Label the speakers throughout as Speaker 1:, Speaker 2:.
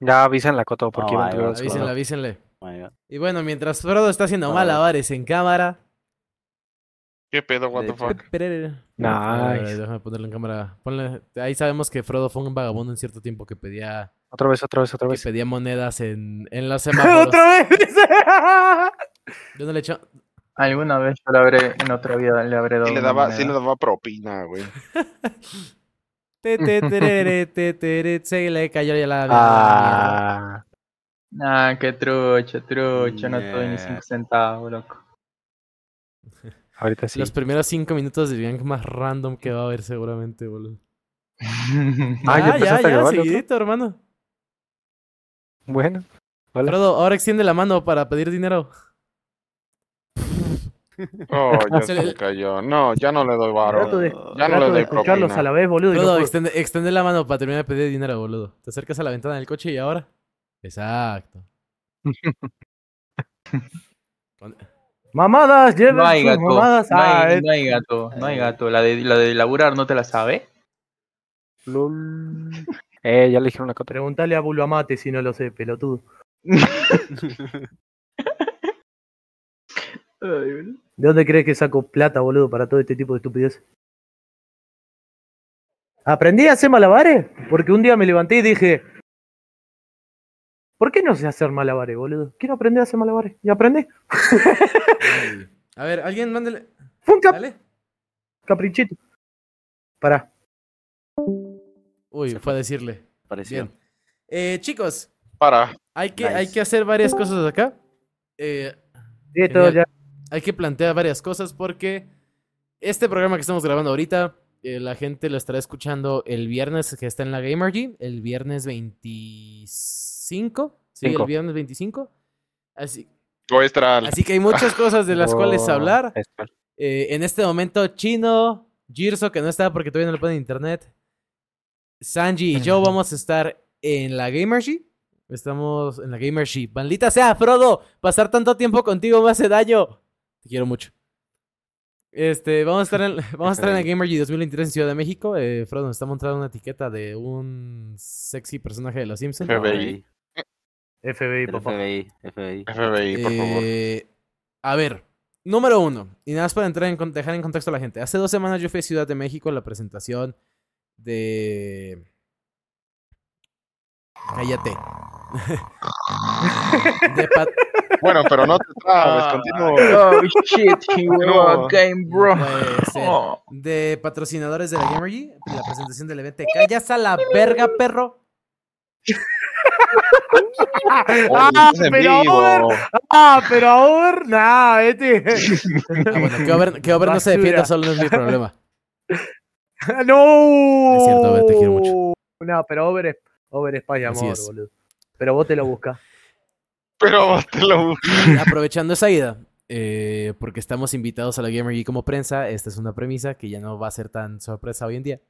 Speaker 1: Ya avisan la Coto porque
Speaker 2: No,
Speaker 1: iban
Speaker 2: ahí
Speaker 1: primero
Speaker 2: va,
Speaker 1: los
Speaker 2: avísenla.
Speaker 1: Coto.
Speaker 3: Avísenle, avísenle.
Speaker 2: Oh my God.
Speaker 3: Y bueno, mientras Frodo está haciendo
Speaker 2: Ah.
Speaker 3: malabares en cámara.
Speaker 4: ¿Qué pedo, what
Speaker 3: de-
Speaker 4: the fuck?
Speaker 3: A ver,
Speaker 1: Nice.
Speaker 3: Déjame ponerlo en cámara. Ponle- Ahí sabemos que Frodo fue un vagabundo en cierto tiempo que pedía,
Speaker 1: Otra vez, otra vez, otra
Speaker 3: que
Speaker 1: vez.
Speaker 3: pedía monedas en, en los semáforos.
Speaker 1: ¡Otra vez!
Speaker 3: Yo no le echo.
Speaker 5: Alguna vez yo le habré, en otra vida le habré dado.
Speaker 4: Sí le
Speaker 5: una
Speaker 4: daba, sí le
Speaker 5: moneda.
Speaker 4: daba propina, güey.
Speaker 3: Te, te, terere, te, tere, Se le cayó ya la. la mierda.
Speaker 1: Ah,
Speaker 5: Ah, qué trucho, trucho, no tuve
Speaker 2: Nah.
Speaker 5: ni cinco centavos, loco.
Speaker 1: ahorita sí.
Speaker 3: Los primeros cinco minutos del gank más random que va a haber, seguramente, boludo.
Speaker 1: Ah, ¿ya
Speaker 3: ya,
Speaker 1: empezaste a grabar,
Speaker 3: seguidito, hermano.
Speaker 1: Bueno, Hola.
Speaker 3: Frodo, ahora extiende la mano para pedir dinero.
Speaker 4: Oh, ya
Speaker 3: Se
Speaker 4: se
Speaker 3: le-
Speaker 4: le cayó. No, ya no le doy varo.
Speaker 6: Trato de,
Speaker 4: Ya no
Speaker 6: trato
Speaker 4: le
Speaker 6: de
Speaker 4: doy
Speaker 6: escucharlos
Speaker 4: propina.
Speaker 6: a la vez, boludo. y no
Speaker 3: Frodo,
Speaker 6: puedo.
Speaker 3: extiende, extiende la mano para terminar de pedir dinero, boludo. Te acercas a la ventana del coche y ahora. Exacto. Con-
Speaker 6: Mamadas, lleven
Speaker 5: No hay
Speaker 6: sus
Speaker 5: gato, no
Speaker 6: mamadas. ah,
Speaker 5: hay,
Speaker 6: eh,
Speaker 5: no hay gato, no hay gato. La de, la de laburar no te la sabe.
Speaker 1: lol. Eh, ya le dijeron la Coto.
Speaker 6: Preguntale a Bulbamate si no lo sé, pelotudo. ¿De dónde crees que saco plata, boludo, para todo este tipo de estupidez? Aprendí a hacer malabares porque un día me levanté y dije, ¿por qué no sé hacer malabares, boludo? Quiero aprender a hacer malabares. Y aprendí.
Speaker 3: Ey. A ver, alguien mándele.
Speaker 6: Fue un cap-
Speaker 3: Dale.
Speaker 6: caprichito. Pará.
Speaker 3: Uy,
Speaker 2: Se
Speaker 3: fue a decirle.
Speaker 2: Pareció.
Speaker 3: Bien. Eh, chicos,
Speaker 4: Para.
Speaker 3: hay que,
Speaker 2: Nice.
Speaker 3: hay que hacer varias cosas acá. Eh,
Speaker 6: Sí, todo
Speaker 3: Genial.
Speaker 6: ya.
Speaker 3: hay que plantear varias cosas porque este programa que estamos grabando ahorita, eh, la gente lo estará escuchando el viernes que está en la Gamergy, el viernes 25. Sí,
Speaker 1: Cinco.
Speaker 3: el viernes 25. Así,
Speaker 4: Goestral.
Speaker 3: así que hay muchas cosas de las cuales
Speaker 1: Oh,
Speaker 3: hablar.
Speaker 1: espera.
Speaker 3: Eh, en este momento, Chino, Girso, que no está porque todavía no lo ponen en internet, Sanji y yo vamos a estar en la Gamergy. Estamos en la Gamergy. Maldita sea, Frodo, pasar tanto tiempo contigo me hace daño. Te quiero mucho. Este, vamos a estar en, vamos a estar en la Gamergy 2023 en Ciudad de México. Eh, Frodo, nos está montando una etiqueta de un sexy personaje de los Simpsons.
Speaker 4: Pero-
Speaker 6: FBI,
Speaker 2: El
Speaker 6: papá.
Speaker 2: FBI, FBI.
Speaker 4: FBI, por favor.
Speaker 3: Eh, a ver, número uno, y nada más para entrar en, con- dejar en contexto a la gente. Hace dos semanas yo fui a Ciudad de México a la presentación de. Cállate. de Pat-
Speaker 4: Bueno, pero no te trabes, continúo.
Speaker 5: Oh shit, he won
Speaker 4: No.
Speaker 5: a game, bro.
Speaker 3: Puede ser.
Speaker 5: Oh.
Speaker 3: de patrocinadores de la Gamergy, la presentación del evento. ¡Callas a la verga, perro! Ah,
Speaker 4: Oh, estás en
Speaker 6: pero
Speaker 4: vivo.
Speaker 6: Ah, pero ahora, nah, este.
Speaker 3: Ah, bueno, que Over, que Over no se defienda
Speaker 6: Basura.
Speaker 3: solo no es mi problema.
Speaker 6: no.
Speaker 3: Es cierto, Over, te quiero mucho.
Speaker 6: No, pero Over es, Over es pay,
Speaker 3: Así
Speaker 6: amor,
Speaker 3: es.
Speaker 6: boludo. Pero vos te lo buscas.
Speaker 4: Pero te lo busco.
Speaker 3: Y aprovechando esa ida, eh, porque estamos invitados a la Gamer Geek como prensa, esta es una premisa que ya no va a ser tan sorpresa hoy en día.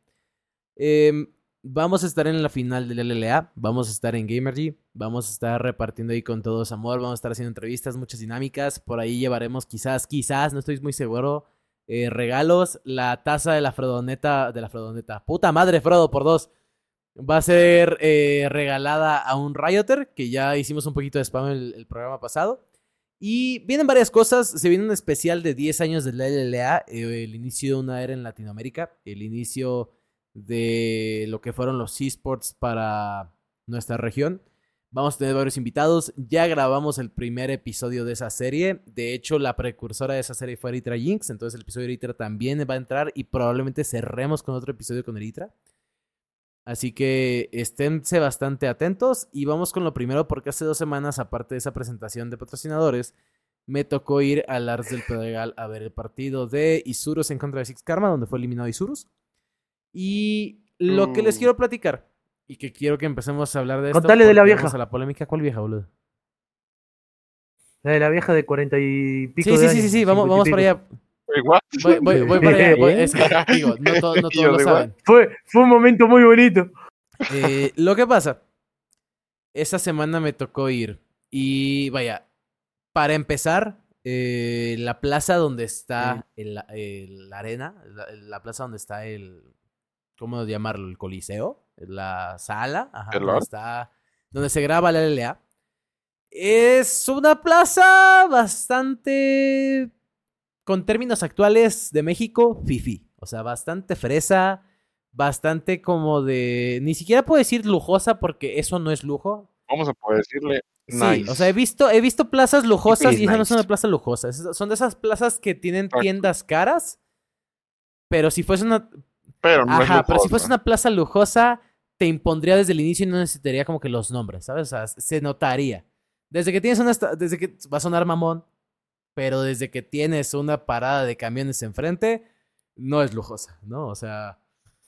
Speaker 3: Em, vamos a estar en la final del LLA, vamos a estar en Gamer Geek, vamos a estar repartiendo ahí con todos amor, vamos a estar haciendo entrevistas, muchas dinámicas, por ahí llevaremos quizás, quizás, no estoy muy seguro, eh, regalos, la taza de la Frodoneta, de la Frodoneta, puta madre Frodo por dos. Va a ser eh, regalada a un Rioter, que ya hicimos un poquito de spam el- el programa pasado. Y vienen varias cosas. Se viene un especial de 10 años de la LLA, eh, el inicio de una era en Latinoamérica, el inicio de lo que fueron los esports para nuestra región. Vamos a tener varios invitados. Ya grabamos el primer episodio de esa serie. De hecho, la precursora de esa serie fue Eritra Jinx. Entonces, el episodio de Eritra también va a entrar y probablemente cerremos con otro episodio con Eritra. Así que esténse bastante atentos y vamos con lo primero porque hace dos semanas, aparte de esa presentación de patrocinadores, me tocó ir al Arts del Pedregal a ver el partido de Isurus en contra de Six Karma, donde fue eliminado Isurus. Y lo que les
Speaker 4: Mm.
Speaker 3: quiero platicar y que quiero que empecemos a hablar de esto.
Speaker 6: Contale de la
Speaker 3: porque
Speaker 6: vieja.
Speaker 3: vamos a la polémica, ¿cuál vieja, boludo?
Speaker 6: La de la vieja de cuarenta y
Speaker 3: sí,
Speaker 6: pico. de
Speaker 3: sí, sí,
Speaker 6: años,
Speaker 3: sí, vamos, vamos
Speaker 6: cincuenta
Speaker 3: para
Speaker 6: y
Speaker 3: allá.
Speaker 4: Igual.
Speaker 3: Voy, voy- voy para allá.
Speaker 6: ¿Eh?
Speaker 3: voy- es que, digo, no, to- no
Speaker 4: Yo
Speaker 3: todos lo
Speaker 4: de
Speaker 3: saben.
Speaker 6: pico. Fue, fue un momento muy bonito.
Speaker 3: Eh, lo que pasa, esa semana me tocó ir y vaya, para empezar, eh, la plaza donde está el- el- la arena, la, la plaza donde está el, ¿cómo llamarlo? El coliseo, la sala, ajá,
Speaker 4: ¿El
Speaker 3: donde
Speaker 4: bar?
Speaker 3: está, donde se graba la LLA. Es una plaza bastante, con términos actuales de México, fifi. O sea, bastante fresa, bastante como de... Ni siquiera puedo decir lujosa porque eso no es lujo.
Speaker 4: Vamos a poder decirle.
Speaker 3: Sí,
Speaker 4: Nice.
Speaker 3: o sea, he visto, he visto plazas lujosas
Speaker 5: It is
Speaker 3: y esa no es
Speaker 5: nice.
Speaker 3: una plaza lujosa. Es- Son de esas plazas que tienen
Speaker 4: Exacto.
Speaker 3: tiendas caras, pero si fuese una,
Speaker 4: Pero no es
Speaker 3: Ajá, pero si
Speaker 4: lujoso.
Speaker 3: fuese una plaza lujosa, te impondría desde el inicio y no necesitaría como que los nombres, ¿sabes? O sea, se notaría. Desde que tienes una... esta- Desde que va a sonar mamón, pero desde que tienes una parada de camiones enfrente, no es lujosa, ¿no? O sea...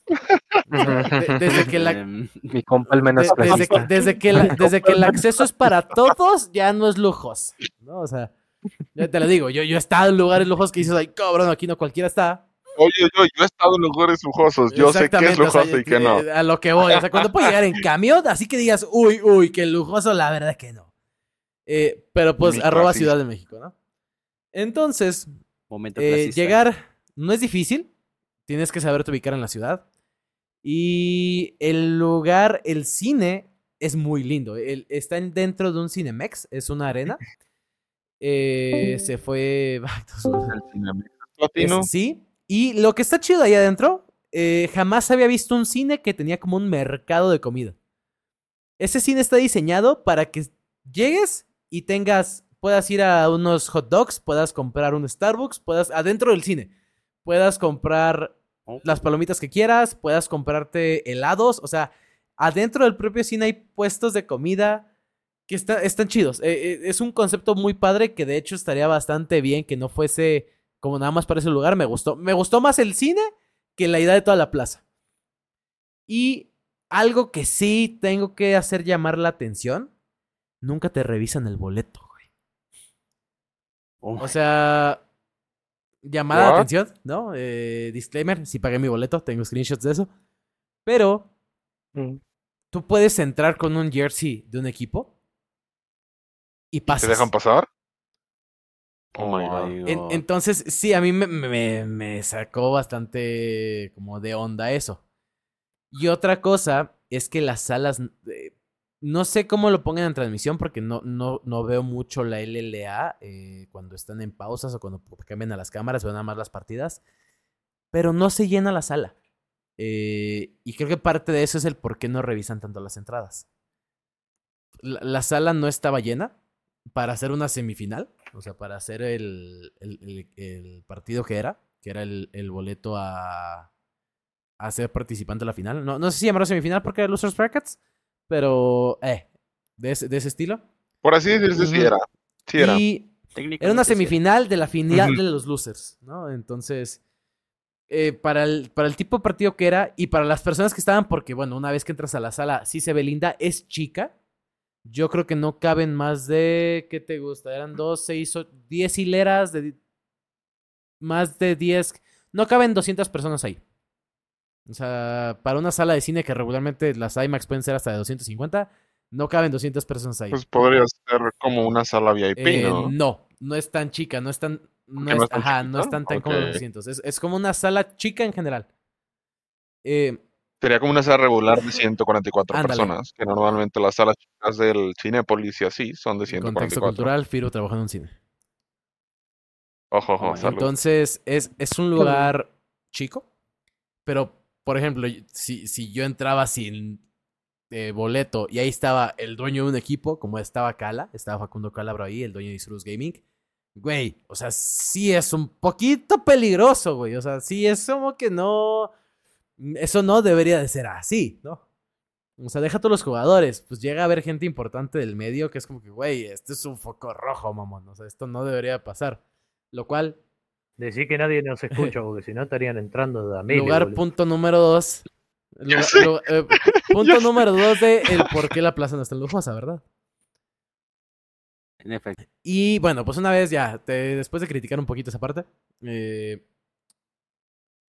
Speaker 3: de- desde que la...
Speaker 2: Em,
Speaker 1: Mi compa el menos
Speaker 3: de- desde, que,
Speaker 1: clasista.
Speaker 3: desde que la- desde que el acceso es para todos, ya no es lujoso, ¿no? O sea, ya te lo digo, yo, yo he estado en lugares lujosos que dices, ay, cabrón, aquí no cualquiera está.
Speaker 4: Oye, yo, yo he estado en lugares lujosos. Pues Yo sé que es
Speaker 3: Exactamente, o sea,
Speaker 4: lujoso y que no.
Speaker 3: eh, A lo que voy. O sea, cuando puedo llegar en camión, así que digas, uy, uy, qué lujoso, la verdad que no. Eh, pero pues,
Speaker 4: Mi
Speaker 3: arroba
Speaker 4: clasista.
Speaker 3: Ciudad de México, ¿no? Entonces,
Speaker 2: Momento
Speaker 3: eh,
Speaker 2: clasista.
Speaker 3: llegar no es difícil. Tienes que saberte ubicar en la ciudad. Y el lugar, el cine, es muy lindo. El- está en- dentro de un Cinemex, es una arena. Eh, se fue. Es-
Speaker 4: Latino.
Speaker 3: Este, sí. Y lo que está chido ahí adentro, eh, jamás había visto un cine que tenía como un mercado de comida. Ese cine está diseñado para que llegues y tengas, puedas ir a unos hot dogs, puedas comprar un Starbucks, puedas, adentro del cine, puedas comprar
Speaker 2: Oh.
Speaker 3: las palomitas que quieras, puedas comprarte helados, o sea, adentro del propio cine hay puestos de comida que está- están chidos. Eh, eh, es un concepto muy padre que de hecho estaría bastante bien que no fuese como nada más para ese lugar. Me gustó, me gustó más el cine que la idea de toda la plaza. Y algo que sí tengo que hacer llamar la atención, nunca te revisan el boleto, güey.
Speaker 2: Oh,
Speaker 3: O sea, llamada de
Speaker 4: ¿What?
Speaker 3: atención, ¿no? Eh, disclaimer, sí pagué mi boleto, tengo screenshots de eso. Pero
Speaker 1: Mm.
Speaker 3: tú puedes entrar con un jersey de un equipo y
Speaker 4: ¿Te
Speaker 3: pasas.
Speaker 4: dejan pasar?
Speaker 2: oh my God.
Speaker 3: En- entonces, sí, a mí me, me- me sacó bastante como de onda eso. Y otra cosa es que las salas, eh, no sé cómo lo pongan en transmisión porque no, no, no veo mucho la LLA eh, cuando están en pausas o cuando cambian a las cámaras, veo nada más las partidas, pero no se llena la sala. Eh, y creo que parte de eso es el por qué no revisan tanto las entradas. La- la sala no estaba llena para hacer una semifinal, o sea, para hacer el, el- el- el partido que era, que era el, el boleto a, a ser participante de la final. No, no sé si llamaron semifinal porque era Losers Brackets, pero eh, de ese, de ese estilo.
Speaker 4: Por así decirse, sí
Speaker 3: Ujú.
Speaker 4: era. Sí era.
Speaker 3: Y
Speaker 2: Técnicamente
Speaker 3: era una
Speaker 2: sí.
Speaker 3: semifinal de la final
Speaker 4: Ujú.
Speaker 3: de los Losers, ¿no? Entonces, eh, para, el, para el tipo de partido que era y para las personas que estaban, porque bueno, una vez que entras a la sala, sí se ve linda, es chica. Yo creo que no caben más de, ¿qué te gusta? Eran dos, seis, o- diez hileras de... di- Más de diez... No caben 200 personas ahí. O sea, para una sala de cine que regularmente las IMAX pueden ser hasta de 250, no caben 200 personas ahí.
Speaker 4: Pues podría ser como una sala VIP,
Speaker 3: Eh,
Speaker 4: ¿no?
Speaker 3: no, no es tan chica, no es tan. No
Speaker 4: ¿Porque no
Speaker 3: es,
Speaker 4: es tan
Speaker 3: ajá, no es
Speaker 4: chiquita?
Speaker 3: tan, tan como los
Speaker 4: Ok.
Speaker 3: 200. Es, es como una sala chica en general. Eh,
Speaker 4: Sería como una sala regular de 144
Speaker 3: Ándale.
Speaker 4: personas, que normalmente las salas chicas del Cinépolis y así son de
Speaker 3: contexto
Speaker 4: 144.
Speaker 3: cultural, Firo trabajando en cine.
Speaker 4: Ojo, ojo,
Speaker 2: Oh,
Speaker 4: salud.
Speaker 3: Entonces, es, es un lugar chico, pero, por ejemplo, y- si, si yo entraba sin eh, boleto y ahí estaba el dueño de un equipo, como estaba Cala, estaba Facundo Calabro ahí, el dueño de Isurus Gaming, güey, o sea, sí es un poquito peligroso, güey, o sea, sí es como que no, eso no debería de ser así, ¿no? O sea, deja a todos los jugadores. Pues llega a haber gente importante del medio que es como que, güey, este es un foco rojo, mamón. O sea, esto no debería pasar. Lo cual,
Speaker 6: Decir que nadie nos escucha, porque si no estarían entrando de a mil.
Speaker 3: lugar punto número dos. Lugar-
Speaker 4: sé.
Speaker 3: lu- eh, punto
Speaker 4: Ya sé.
Speaker 3: número dos de el por qué la plaza no está lujosa, ¿verdad?
Speaker 2: En efecto.
Speaker 3: Y bueno, pues una vez ya, te- después de criticar un poquito esa parte, eh,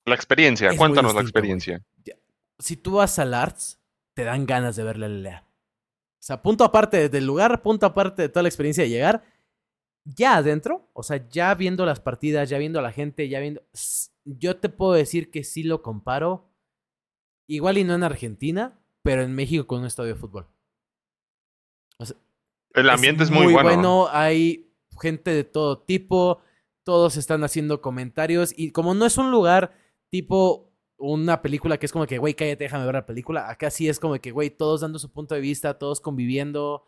Speaker 4: La experiencia,
Speaker 3: Es muy
Speaker 4: cuéntanos la
Speaker 3: distinto, güey.
Speaker 4: experiencia.
Speaker 3: si tú vas al Arts, te dan ganas de ver la LLA. O sea, punto aparte del lugar, punto aparte de toda la experiencia de llegar, ya adentro, o sea, ya viendo las partidas, ya viendo a la gente, ya viendo... s- Yo te puedo decir que sí lo comparo, igual y no en Argentina, pero en México con un estadio de fútbol.
Speaker 4: El ambiente es, muy, bueno.
Speaker 3: Hay gente de todo tipo. Todos están haciendo comentarios. Y como no es un lugar tipo una película que es como que, güey, cállate, déjame ver la película. Acá sí es como que, güey, todos dando su punto de vista, todos conviviendo,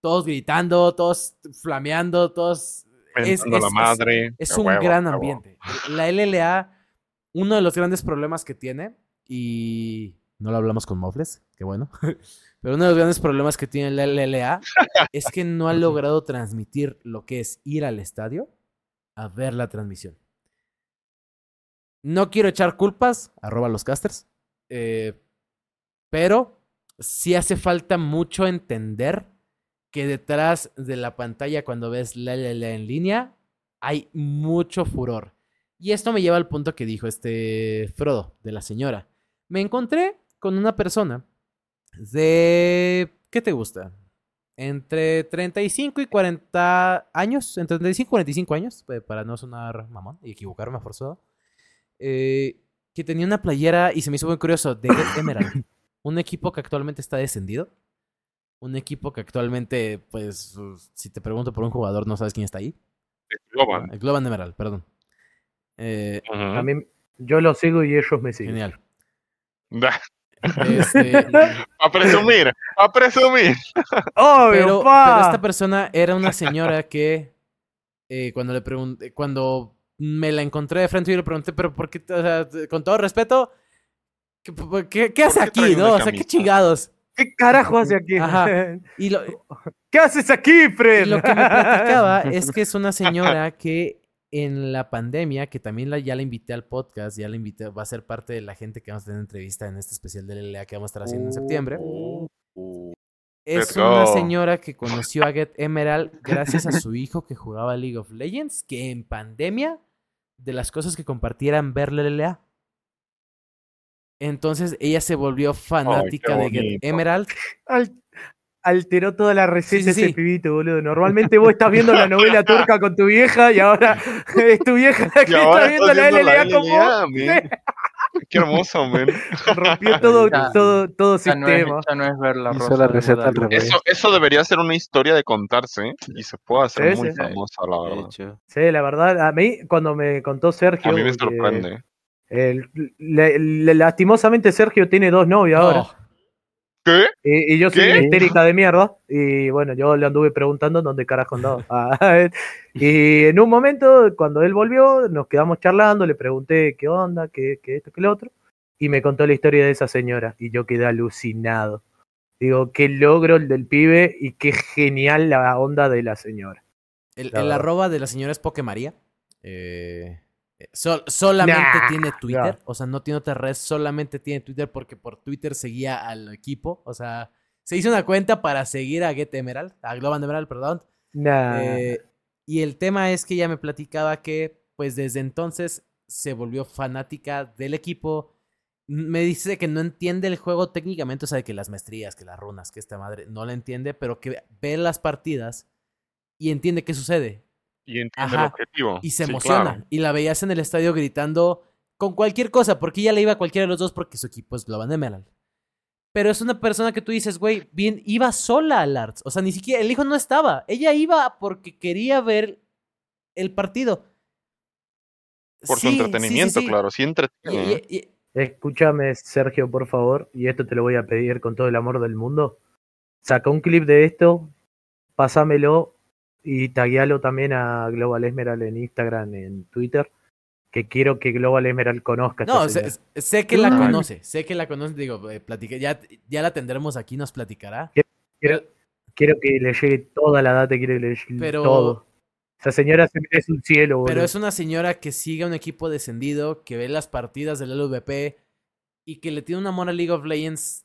Speaker 3: todos gritando, todos flameando, todos. es-
Speaker 4: Mentando
Speaker 3: es-
Speaker 4: la
Speaker 3: es-
Speaker 4: madre.
Speaker 3: Es
Speaker 4: a
Speaker 3: un
Speaker 4: huevo,
Speaker 3: gran
Speaker 4: a huevo.
Speaker 3: ambiente. La LLA, uno de los grandes problemas que tiene, y no lo hablamos con Mofles, qué bueno, pero uno de los grandes problemas que tiene la LLA es que no ha logrado transmitir lo que es ir al estadio a ver la transmisión. No quiero echar culpas, arroba los casters, eh, pero sí hace falta mucho entender que detrás de la pantalla cuando ves la LLA en línea hay mucho furor. Y esto me lleva al punto que dijo este Frodo, de la señora. Me encontré con una persona de... ¿Qué te gusta? Entre 35 y 40 años, entre 35 y 45 años, pa- para no sonar mamón y equivocarme forzado, eh, que tenía una playera y se me hizo muy curioso, de Get Emerald, un equipo que actualmente está descendido, un equipo que actualmente, pues, si te pregunto por un jugador, no sabes quién está ahí.
Speaker 4: Globan.
Speaker 3: El Globan Emerald, perdón. Eh,
Speaker 4: Ujú.
Speaker 6: A mí, yo los sigo y ellos me siguen.
Speaker 3: genial.
Speaker 4: Da,
Speaker 3: Este,
Speaker 4: A presumir, a presumir.
Speaker 6: Obvio,
Speaker 3: pero, pero
Speaker 6: pa.
Speaker 3: esta persona era una señora que eh, cuando le pregunté, cuando me la encontré de frente y le pregunté, pero ¿por qué? te- o sea, te- con todo respeto, ¿qué, por qué, qué hace
Speaker 4: qué
Speaker 3: aquí,
Speaker 4: trae una
Speaker 3: no? O sea, qué
Speaker 4: camisa?
Speaker 3: chingados.
Speaker 6: ¿Qué carajo hace aquí?
Speaker 3: Ajá. Y lo,
Speaker 6: ¿Qué haces aquí, Fred?
Speaker 3: Y lo que me platicaba es que es una señora que en la pandemia, que también la, ya la invité al podcast, ya la invité, va a ser parte de la gente que vamos a tener entrevista en este especial de LLA que vamos a estar haciendo en septiembre. Es Uh.
Speaker 4: Let's
Speaker 3: una
Speaker 4: go.
Speaker 3: señora que conoció a Get Emerald gracias a su hijo que jugaba League of Legends, que en pandemia, de las cosas que compartieran ver LLA. Entonces ella se volvió fanática de Get
Speaker 4: bonito.
Speaker 3: Emerald
Speaker 6: Al- Alteró toda la receta
Speaker 3: Sí, sí, sí.
Speaker 6: ese pibito, boludo. Normalmente vos estás viendo la novela turca con tu vieja y ahora es tu vieja la que
Speaker 4: Y ahora
Speaker 6: está viendo
Speaker 4: estás
Speaker 6: la
Speaker 4: viendo
Speaker 6: LLA, con vos.
Speaker 4: LLA, man. Qué hermoso, man.
Speaker 6: Rompió todo,
Speaker 5: Ya.
Speaker 6: todo, todo
Speaker 5: Ya no, es,
Speaker 6: sistema.
Speaker 5: ya no es Eh, ver la
Speaker 1: Hizo
Speaker 5: rosa
Speaker 1: la
Speaker 5: de
Speaker 1: receta al
Speaker 5: Guadalupe.
Speaker 1: revés.
Speaker 4: Eso, eso debería ser una historia de contarse ¿eh? y se puede hacer
Speaker 6: Sí,
Speaker 4: muy
Speaker 6: sí.
Speaker 4: famosa, la
Speaker 2: De
Speaker 4: verdad.
Speaker 2: hecho.
Speaker 6: Sí, la verdad, a mí cuando me contó Sergio.
Speaker 4: A mí me
Speaker 6: que,
Speaker 4: sorprende.
Speaker 6: el- le- le- lastimosamente Sergio tiene dos novias ahora.
Speaker 3: Oh,
Speaker 4: ¿Qué?
Speaker 6: Y, y yo soy
Speaker 4: ¿Qué?
Speaker 6: una histérica de mierda. Y bueno, yo le anduve preguntando en dónde carajo andaba. Ah, y en un momento, cuando él volvió, nos quedamos charlando, le pregunté qué onda, qué, qué esto, qué lo otro. Y me contó la historia de esa señora. Y yo quedé alucinado. Digo, qué logro el del pibe y qué genial la onda de la señora.
Speaker 3: El,
Speaker 6: La
Speaker 3: el
Speaker 6: verdad.
Speaker 3: arroba de la señora es Pokemaría. Eh, eh, sol- solamente
Speaker 6: Nah,
Speaker 3: tiene Twitter. O sea, no tiene otra red, solamente tiene Twitter porque por Twitter seguía al equipo. O sea, se hizo una cuenta para seguir a Get Emerald, a Globan Emerald, perdón.
Speaker 6: Nah.
Speaker 3: Eh, y el tema es que ella me platicaba que, pues desde entonces se volvió fanática del equipo. N- Me dice que no entiende el juego técnicamente, o sea, de que las maestrías, que las runas, que esta madre, no la entiende, pero que ve las partidas y entiende qué sucede.
Speaker 4: Y entiende
Speaker 3: Ajá.
Speaker 4: el objetivo.
Speaker 3: Y se
Speaker 4: Sí,
Speaker 3: emociona.
Speaker 4: claro.
Speaker 3: Y la veías en el estadio gritando con cualquier cosa, porque ella le iba a cualquiera de los dos porque su equipo es Globan Emerald. Pero es una persona que tú dices, güey, bien, iba sola al Arts. O sea, ni siquiera el hijo no estaba. Ella iba porque quería ver el partido.
Speaker 4: Por su
Speaker 3: Sí, sí, sí,
Speaker 4: entretenimiento,
Speaker 3: sí.
Speaker 4: claro. Sí
Speaker 3: Y-
Speaker 4: entretiene.
Speaker 3: y- y-
Speaker 6: Escúchame, Sergio, por favor, y esto te lo voy a pedir con todo el amor del mundo. Saca un clip de esto, pásamelo y taguealo también a Global Esmeralda en Instagram, en Twitter, que quiero que Global Esmeralda conozca. a esta
Speaker 3: No, sé,
Speaker 6: señora.
Speaker 3: sé- sé que la
Speaker 4: Mm.
Speaker 3: conoce. Sé que la conoce. Digo, eh, platique- ya, ya la tendremos aquí, nos platicará.
Speaker 6: quiero, quiero que le llegue toda la data, quiero que le llegue
Speaker 3: Pero-
Speaker 6: todo. Esa señora se merece un cielo, boludo.
Speaker 3: Pero es una señora que sigue a un equipo descendido, que ve las partidas del LVP y que le tiene un amor a League of Legends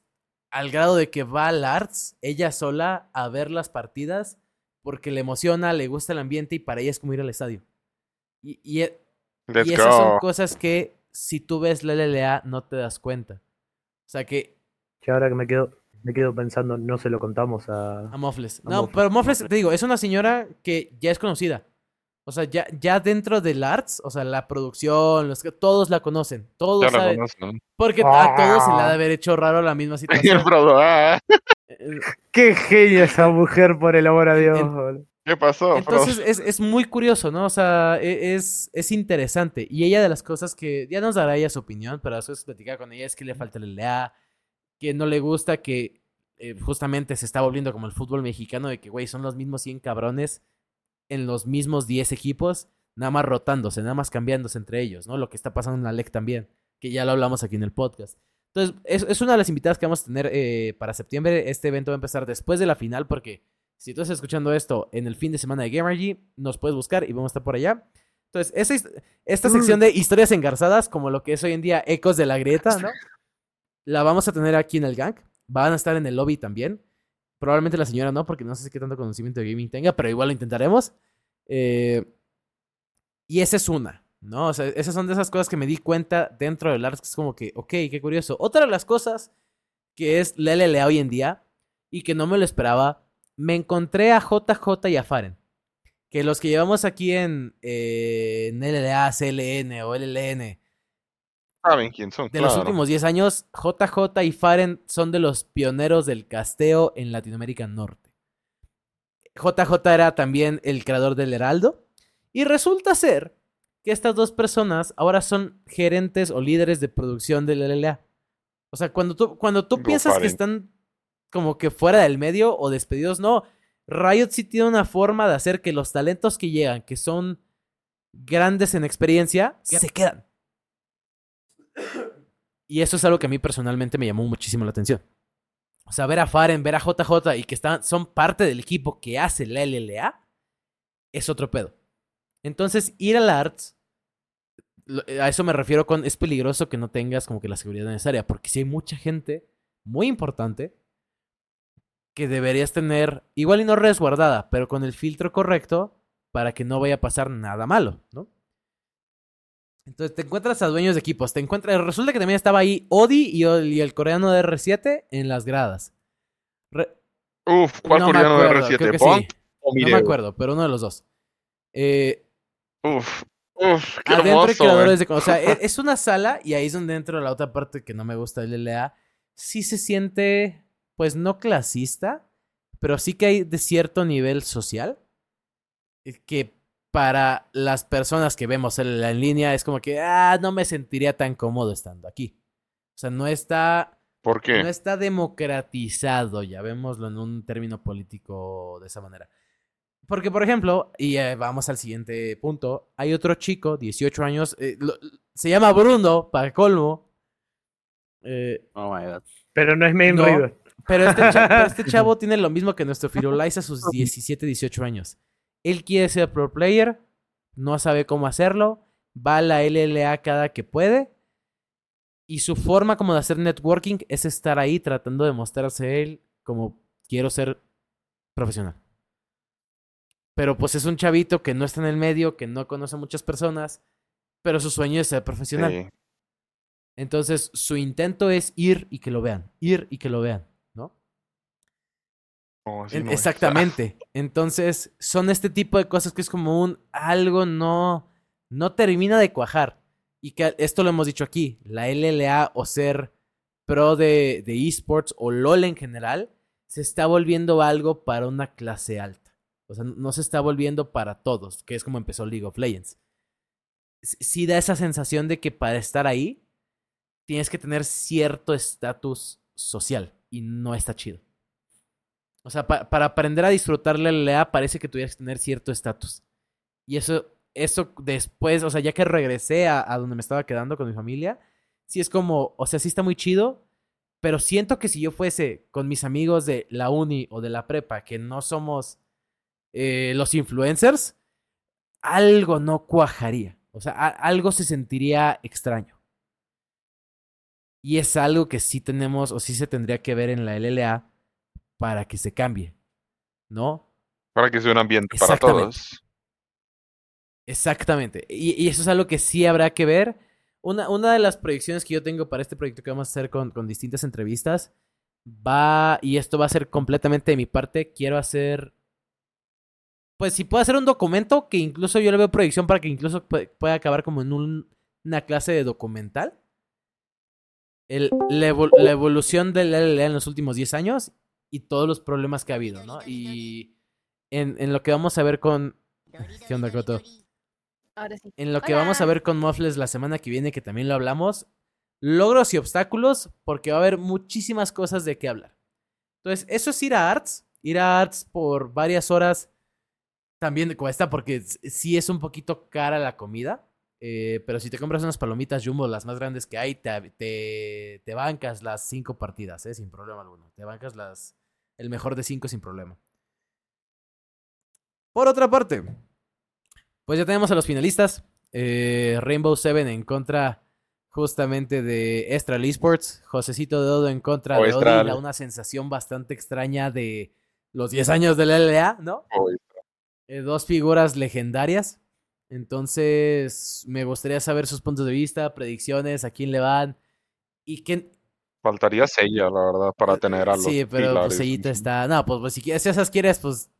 Speaker 3: al grado de que va al Arts ella sola a ver las partidas porque le emociona, le gusta el ambiente y para ella es como ir al estadio. Y, y e-
Speaker 4: Let's
Speaker 3: y esas son
Speaker 4: go.
Speaker 3: cosas que si tú ves la LLA no te das cuenta. O sea que
Speaker 6: Y ahora que me quedo, me quedo pensando, no se lo contamos a...
Speaker 3: A Mofles.
Speaker 6: A
Speaker 3: No,
Speaker 6: Mofles,
Speaker 3: pero Mofles, te digo, es una señora que ya es conocida. O sea, ya, ya dentro del arts, o sea, la producción, los que todos la conocen. Todos
Speaker 4: Ya la
Speaker 3: saben.
Speaker 4: conocen.
Speaker 3: Porque a todos se le ha de haber hecho raro la misma
Speaker 4: El
Speaker 3: situación.
Speaker 4: Frodo, ah.
Speaker 3: Eh,
Speaker 6: Qué genio esa mujer, por el amor a Dios.
Speaker 3: En-
Speaker 6: boludo.
Speaker 4: ¿Qué pasó, Frodo?
Speaker 3: Entonces es, es muy curioso, ¿no? O sea, e- es, es interesante. Y ella de las cosas que ya nos dará ella su opinión, pero después platicar con ella es que le falta el LA, que no le gusta, que eh, justamente se está volviendo como el fútbol mexicano de que, güey, son los mismos 100 cabrones en los mismos 10 equipos, nada más rotándose, nada más cambiándose entre ellos, ¿no? Lo que está pasando en la LEC también, que ya lo hablamos aquí en el podcast. Entonces, es, es una de las invitadas que vamos a tener eh, para septiembre. Este evento va a empezar después de la final porque... Si tú estás escuchando esto en el fin de semana de Gamergy, nos puedes buscar y vamos a estar por allá. Entonces, esa his- esta sección de historias engarzadas, como lo que es hoy en día Ecos de la Grieta, ¿no? La vamos a tener aquí en el gang. Van a estar en el lobby también. Probablemente la señora no, porque no sé qué tanto conocimiento de gaming tenga, pero igual lo intentaremos. Eh, y esa es una, ¿no? O sea, esas son de esas cosas que me di cuenta dentro del arte, que es como que, ok, qué curioso. Otra de las cosas que es la LLA hoy en día y que no me lo esperaba, me encontré a JJ y a Faren. Que los que llevamos aquí en, eh, en LLA, CLN o LLN,
Speaker 4: Saben quién son,
Speaker 3: de los
Speaker 4: claro.
Speaker 3: últimos 10 años, JJ y Faren son de los pioneros del casteo en Latinoamérica Norte. JJ era también el creador del Heraldo. Y resulta ser que estas dos personas ahora son gerentes o líderes de producción del LLA. O sea, cuando tú, cuando tú
Speaker 4: Go
Speaker 3: piensas que
Speaker 4: Faren.
Speaker 3: están como que fuera del medio o despedidos, no. Riot sí tiene una forma de hacer que los talentos que llegan, que son grandes en experiencia, se quedan. Y eso es algo que a mí personalmente me llamó muchísimo la atención. O sea, ver a Faren, ver a JJ y que están, son parte del equipo que hace la LLA es otro pedo. Entonces, ir a la Arts, lo- eh, a eso me refiero con es peligroso que no tengas como que la seguridad necesaria, porque si hay mucha gente muy importante que deberías tener, igual y no resguardada, pero con el filtro correcto para que no vaya a pasar nada malo, ¿no? Entonces te encuentras a dueños de equipos, te encuentras, resulta que también estaba ahí Odi y el, y el coreano de R7 en las gradas. Re-
Speaker 4: Uf, ¿cuál
Speaker 3: no me
Speaker 4: coreano de
Speaker 3: acuerdo, creo que sí.
Speaker 4: R7? ¿Pont o
Speaker 3: No me
Speaker 4: Mireu?
Speaker 3: acuerdo, pero uno de los dos. Eh,
Speaker 4: Uf, uf,
Speaker 3: adentro
Speaker 4: qué
Speaker 3: hay
Speaker 4: hermoso, ¿eh?
Speaker 3: creadores
Speaker 4: güey.
Speaker 3: de con- O sea, e- es una sala y ahí es donde entro a la otra parte que no me gusta del LLA. Sí se siente, pues no clasista, pero sí que hay de cierto nivel social eh, que para las personas que vemos el LLA en línea es como que, ah, no me sentiría tan cómodo estando aquí. O sea, no está
Speaker 4: ¿Por qué?
Speaker 3: no está democratizado, ya vémoslo en un término político de esa manera. Porque, por ejemplo, y eh, vamos al siguiente punto, hay otro chico, 18 años, eh, lo- se llama Bruno, para colmo. Eh,
Speaker 2: Oh my god.
Speaker 6: Pero no es main
Speaker 3: No.
Speaker 6: river.
Speaker 3: pero, este cha- pero este chavo tiene lo mismo que nuestro Firulais a sus 17, 18 años. Él quiere ser pro player, no sabe cómo hacerlo, va a la LLA cada que puede. Y su forma como de hacer networking es estar ahí tratando de mostrarse él como quiero ser profesional. Pero pues es un chavito que no está en el medio, que no conoce a muchas personas, pero su sueño es ser profesional.
Speaker 4: Sí.
Speaker 3: Entonces, su intento es ir y que lo vean, ir y que lo vean, ¿no?
Speaker 4: No, así
Speaker 3: En-
Speaker 4: Oh, no es.
Speaker 3: exactamente. Entonces, son este tipo de cosas que es como un algo no, no termina de cuajar. Y que esto lo hemos dicho aquí, la LLA o ser pro de, de esports o LOL en general, se está volviendo algo para una clase alta. O sea, no se está volviendo para todos, que es como empezó League of Legends. S- Sí da esa sensación de que para estar ahí tienes que tener cierto estatus social y no está chido. O sea, pa- para aprender a disfrutar la LLA parece que tuvieras que tener cierto estatus. Y eso, eso después, o sea, ya que regresé a, a donde me estaba quedando con mi familia, sí es como, o sea, sí está muy chido, pero siento que si yo fuese con mis amigos de la uni o de la prepa, que no somos eh, los influencers, algo no cuajaría. O sea, a- algo se sentiría extraño. Y es algo que sí tenemos, o sí se tendría que ver en la LLA para que se cambie, ¿no?
Speaker 4: Para que sea un ambiente para
Speaker 3: Exactamente.
Speaker 4: todos.
Speaker 3: Exactamente. Y, y eso es algo que sí habrá que ver. Una, una de las proyecciones que yo tengo para este proyecto que vamos a hacer con, con distintas entrevistas va, y esto va a ser completamente de mi parte, quiero hacer, pues si puedo hacer un documento que incluso yo le veo proyección para que incluso pue- pueda acabar como en un- una clase de documental. El- la, evol- la evolución del LLA en los últimos 10 años y todos los problemas que ha habido, ¿no? Y en, en lo que vamos a ver con... ¿Qué onda, Coto?
Speaker 7: Ahora sí.
Speaker 3: En lo que
Speaker 7: Hola.
Speaker 3: vamos a ver con Muffles la semana que viene, que también lo hablamos, logros y obstáculos, porque va a haber muchísimas cosas de qué hablar. Entonces, eso es ir a Arts, ir a Arts por varias horas también cuesta, porque s- sí es un poquito cara la comida, eh, pero si te compras unas palomitas jumbo, las más grandes que hay, te, ab- te, te bancas las cinco partidas, eh, sin problema alguno. Te bancas las, el mejor de cinco sin problema. Por otra parte, pues ya tenemos a los finalistas. Eh, Rainbow Seven en contra justamente de Estral Esports. Josecito de Dodo en contra
Speaker 4: O
Speaker 3: de Odi.
Speaker 4: Estral.
Speaker 3: la- Una sensación bastante extraña de los 10 años de la LLA, ¿no?
Speaker 4: Oye,
Speaker 3: eh, dos figuras legendarias. Entonces, me gustaría saber sus puntos de vista, predicciones, a quién le van. Y quién.
Speaker 4: Faltaría Sella, la verdad, para tener a los
Speaker 3: Sí, pero
Speaker 4: pilares.
Speaker 3: pues Ellita está. No, pues, pues, si quieres, si esas quieres, pues.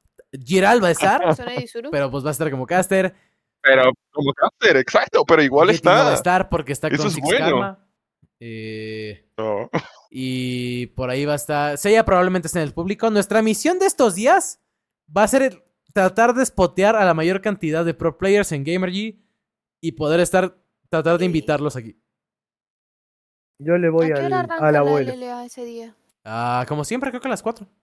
Speaker 3: Giral va a
Speaker 6: Ah,
Speaker 3: estar,
Speaker 7: Zona de Isuru.
Speaker 3: pero pues va a estar como caster.
Speaker 4: Pero como cáncer, exacto, pero igual
Speaker 3: Yeti no va a
Speaker 4: está.
Speaker 3: estar porque está
Speaker 4: Eso
Speaker 3: con
Speaker 4: es
Speaker 3: Six
Speaker 4: bueno.
Speaker 3: Karma. Eh,
Speaker 4: No.
Speaker 3: Y por ahí va a estar. Seiya probablemente esté en el público. Nuestra misión de estos días va a ser el- tratar de spotear a la mayor cantidad de pro players en Gamergy y poder estar. Tratar de invitarlos aquí.
Speaker 6: Yo le voy
Speaker 7: ¿A qué
Speaker 6: al,
Speaker 7: hora
Speaker 6: al
Speaker 7: arranca
Speaker 6: abuelo.
Speaker 7: la LLA ese día?
Speaker 3: Ah, como siempre, creo que a las 4.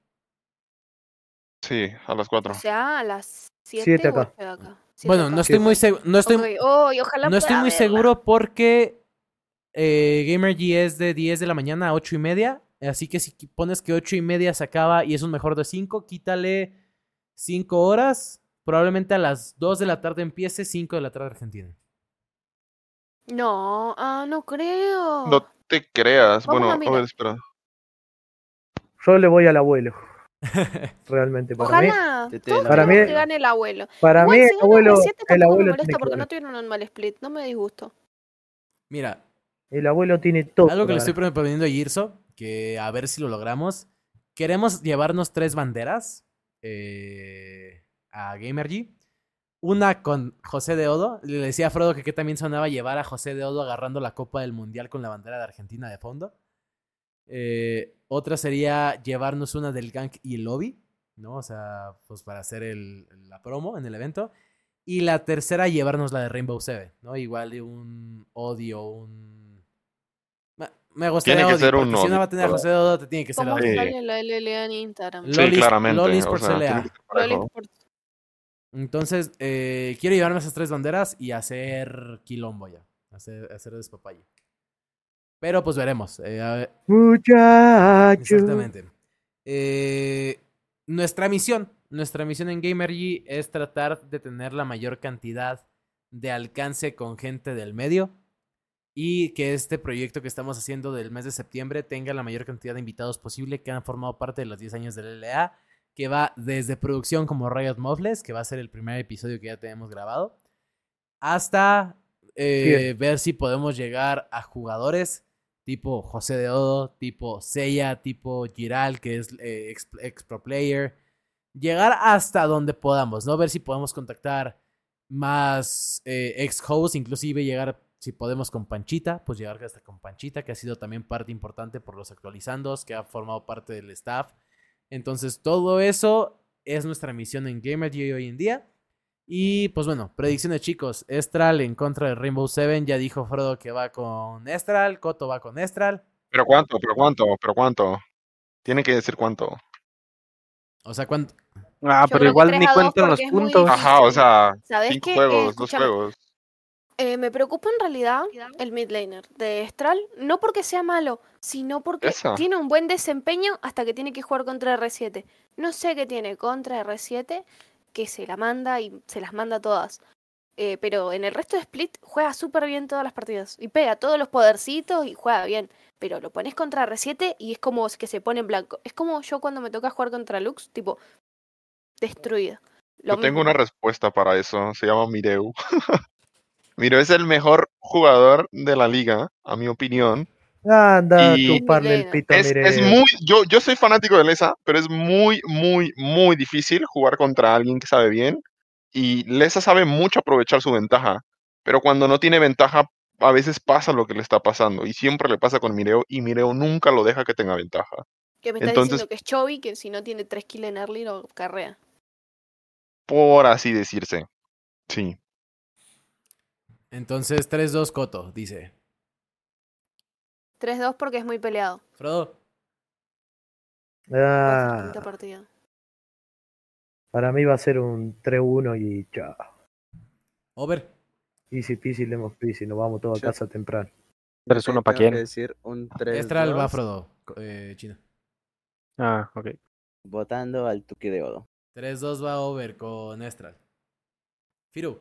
Speaker 4: Sí, a las 4.
Speaker 7: O sea, a las 7
Speaker 6: Siete
Speaker 7: o
Speaker 6: acá.
Speaker 7: ocho de acá. Siete
Speaker 3: Bueno, no
Speaker 7: acá.
Speaker 3: estoy muy seguro. No estoy,
Speaker 7: Ok, oh, y ojalá
Speaker 3: no estoy
Speaker 7: pueda
Speaker 3: muy
Speaker 7: verla.
Speaker 3: seguro porque eh, Gamergy es de 10 de la mañana a 8 y media. Así que si qui- pones que 8 y media se acaba y es un mejor de 5, quítale 5 horas. Probablemente a las 2 de la tarde empiece, 5 de la tarde Argentina.
Speaker 7: No, ah, no creo.
Speaker 4: No te creas.
Speaker 7: Vamos
Speaker 4: bueno,
Speaker 7: a
Speaker 4: a,
Speaker 7: mirar.
Speaker 4: ver, espera.
Speaker 6: Yo le voy al abuelo. Realmente, para mí.
Speaker 7: ojalá.
Speaker 2: Te- te-
Speaker 7: Todos
Speaker 2: la-
Speaker 6: Para
Speaker 7: queremos
Speaker 6: mí-
Speaker 7: que gane el abuelo.
Speaker 6: Para
Speaker 7: Igual
Speaker 6: mí,
Speaker 7: si
Speaker 6: el
Speaker 7: ganan
Speaker 6: abuelo,
Speaker 7: las siete
Speaker 6: el
Speaker 7: tampoco me
Speaker 6: abuelo,
Speaker 7: molesta
Speaker 6: tiene
Speaker 7: porque
Speaker 6: que
Speaker 7: no tuvieron un mal split. No me disgusto.
Speaker 3: Mira,
Speaker 6: El abuelo tiene todo.
Speaker 3: Algo que
Speaker 6: para
Speaker 3: le estoy
Speaker 6: ganar.
Speaker 3: proponiendo a Girso, que a ver si lo logramos. Queremos llevarnos tres banderas eh, a Gamergy. Una con José de Odo. Le decía a Frodo que, qué también sonaba llevar a José de Odo agarrando la Copa del Mundial con la bandera de Argentina de fondo. Eh, otra sería llevarnos una del Gank y el Lobby, ¿no? O sea, pues para hacer el- la promo en el evento. Y la tercera, llevarnos la de Rainbow Seven, ¿no? Igual de un odio, un... Me- Me gustaría
Speaker 4: Tiene que
Speaker 3: Odio,
Speaker 4: ser un
Speaker 3: porque Si no
Speaker 4: odio,
Speaker 3: va a tener a
Speaker 4: ¿verdad?
Speaker 3: José Dodo, te tiene que ser
Speaker 7: ¿Cómo
Speaker 3: odio.
Speaker 4: Sí.
Speaker 7: sale la LLA en Instagram?
Speaker 3: Lolis-
Speaker 4: sí, claramente.
Speaker 3: Lolis
Speaker 4: o
Speaker 3: por
Speaker 4: sea,
Speaker 3: CLA.
Speaker 4: tiene que ser
Speaker 7: Loli
Speaker 4: parejo.
Speaker 7: por-
Speaker 3: Entonces, eh, quiero llevarme esas tres banderas y hacer quilombo ya. Hacer, hacer despapalle. Pero pues veremos. eh, a ver-
Speaker 6: Muchacho.
Speaker 3: Exactamente. Eh, nuestra misión, nuestra misión en Gamergy es tratar de tener la mayor cantidad de alcance con gente del medio y que este proyecto que estamos haciendo del mes de septiembre tenga la mayor cantidad de invitados posible que han formado parte de los 10 años del LLA, que va desde producción como Riot Muffles, que va a ser el primer episodio que ya tenemos grabado, hasta eh, ver si podemos llegar a jugadores tipo José de Odo, tipo Seiya, tipo Giral, que es eh, ex, ex pro player. Llegar hasta donde podamos, ¿no? Ver si podemos contactar más eh, ex hosts, inclusive llegar, si podemos, con Panchita, pues llegar hasta con Panchita, que ha sido también parte importante por los actualizandos, que ha formado parte del staff. Entonces, todo eso es nuestra misión en Gamergy hoy en día. Y pues bueno, predicciones chicos. Estral en contra de Rainbow Seven. Ya dijo Frodo que va con Estral. Coto va con Estral.
Speaker 4: Pero cuánto, pero cuánto, pero cuánto. Tiene que decir cuánto.
Speaker 3: O sea, ¿cuánto?
Speaker 2: Ah,
Speaker 7: Yo creo
Speaker 2: pero
Speaker 7: que
Speaker 2: igual
Speaker 7: tres
Speaker 2: ni
Speaker 7: a dos
Speaker 2: cuentan los
Speaker 7: porque Pues es muy
Speaker 2: puntos.
Speaker 7: difícil.
Speaker 4: Ajá, o sea,
Speaker 7: ¿Sabes
Speaker 4: cinco
Speaker 7: qué? Eh,
Speaker 4: juegos, dos
Speaker 7: escúchame,
Speaker 4: juegos.
Speaker 7: eh, me preocupa en realidad el mid laner de Estral, no porque sea malo, sino porque
Speaker 4: Eso.
Speaker 7: tiene un buen desempeño hasta que tiene que jugar contra R7. No sé qué tiene contra R7, que se la manda y se las manda todas. Eh, pero en el resto de Split juega súper bien todas las partidas y pega todos los podercitos y juega bien. Pero lo pones contra R7 y es como que se pone en blanco. Es como yo cuando me toca jugar contra Lux, tipo, destruida. Lo
Speaker 4: Yo tengo
Speaker 7: mismo.
Speaker 4: una respuesta para eso. Se llama Mireu. Mireu es el mejor jugador de la liga, a mi opinión.
Speaker 6: Anda a
Speaker 4: Y-
Speaker 6: chuparle el
Speaker 7: Milena.
Speaker 6: pito,
Speaker 4: Es,
Speaker 6: Pues mire.
Speaker 4: es muy, yo, yo soy fanático de Lesa, pero es muy, muy, muy difícil jugar contra alguien que sabe bien. Y Lesa sabe mucho aprovechar su ventaja. Pero cuando no tiene ventaja, a veces pasa lo que le está pasando. Y siempre le pasa con Mireo. Y Mireo nunca lo deja que tenga ventaja.
Speaker 7: Que me está
Speaker 4: Entonces-
Speaker 7: diciendo que es Chovy, que si no tiene 3 kills en early no carrea.
Speaker 4: por así decirse. Sí.
Speaker 3: Entonces, 3-2 Coto, dice.
Speaker 7: 3-2 porque es muy peleado.
Speaker 3: Frodo.
Speaker 7: Esta
Speaker 6: Ah,
Speaker 7: quinta partida.
Speaker 6: para mí va a ser un 3-1 y chao.
Speaker 3: Over.
Speaker 6: Easy peasy, lemon peasy, nos vamos todos a
Speaker 2: Sí.
Speaker 6: casa temprano.
Speaker 1: 3-1 para
Speaker 2: Tengo que
Speaker 1: quién.
Speaker 2: decir un 3
Speaker 3: Estral va Frodo. Co- Eh, China.
Speaker 1: Ah, ok.
Speaker 2: Votando al Tuque de Oro.
Speaker 3: 3-2 va Over con Estral. Firu.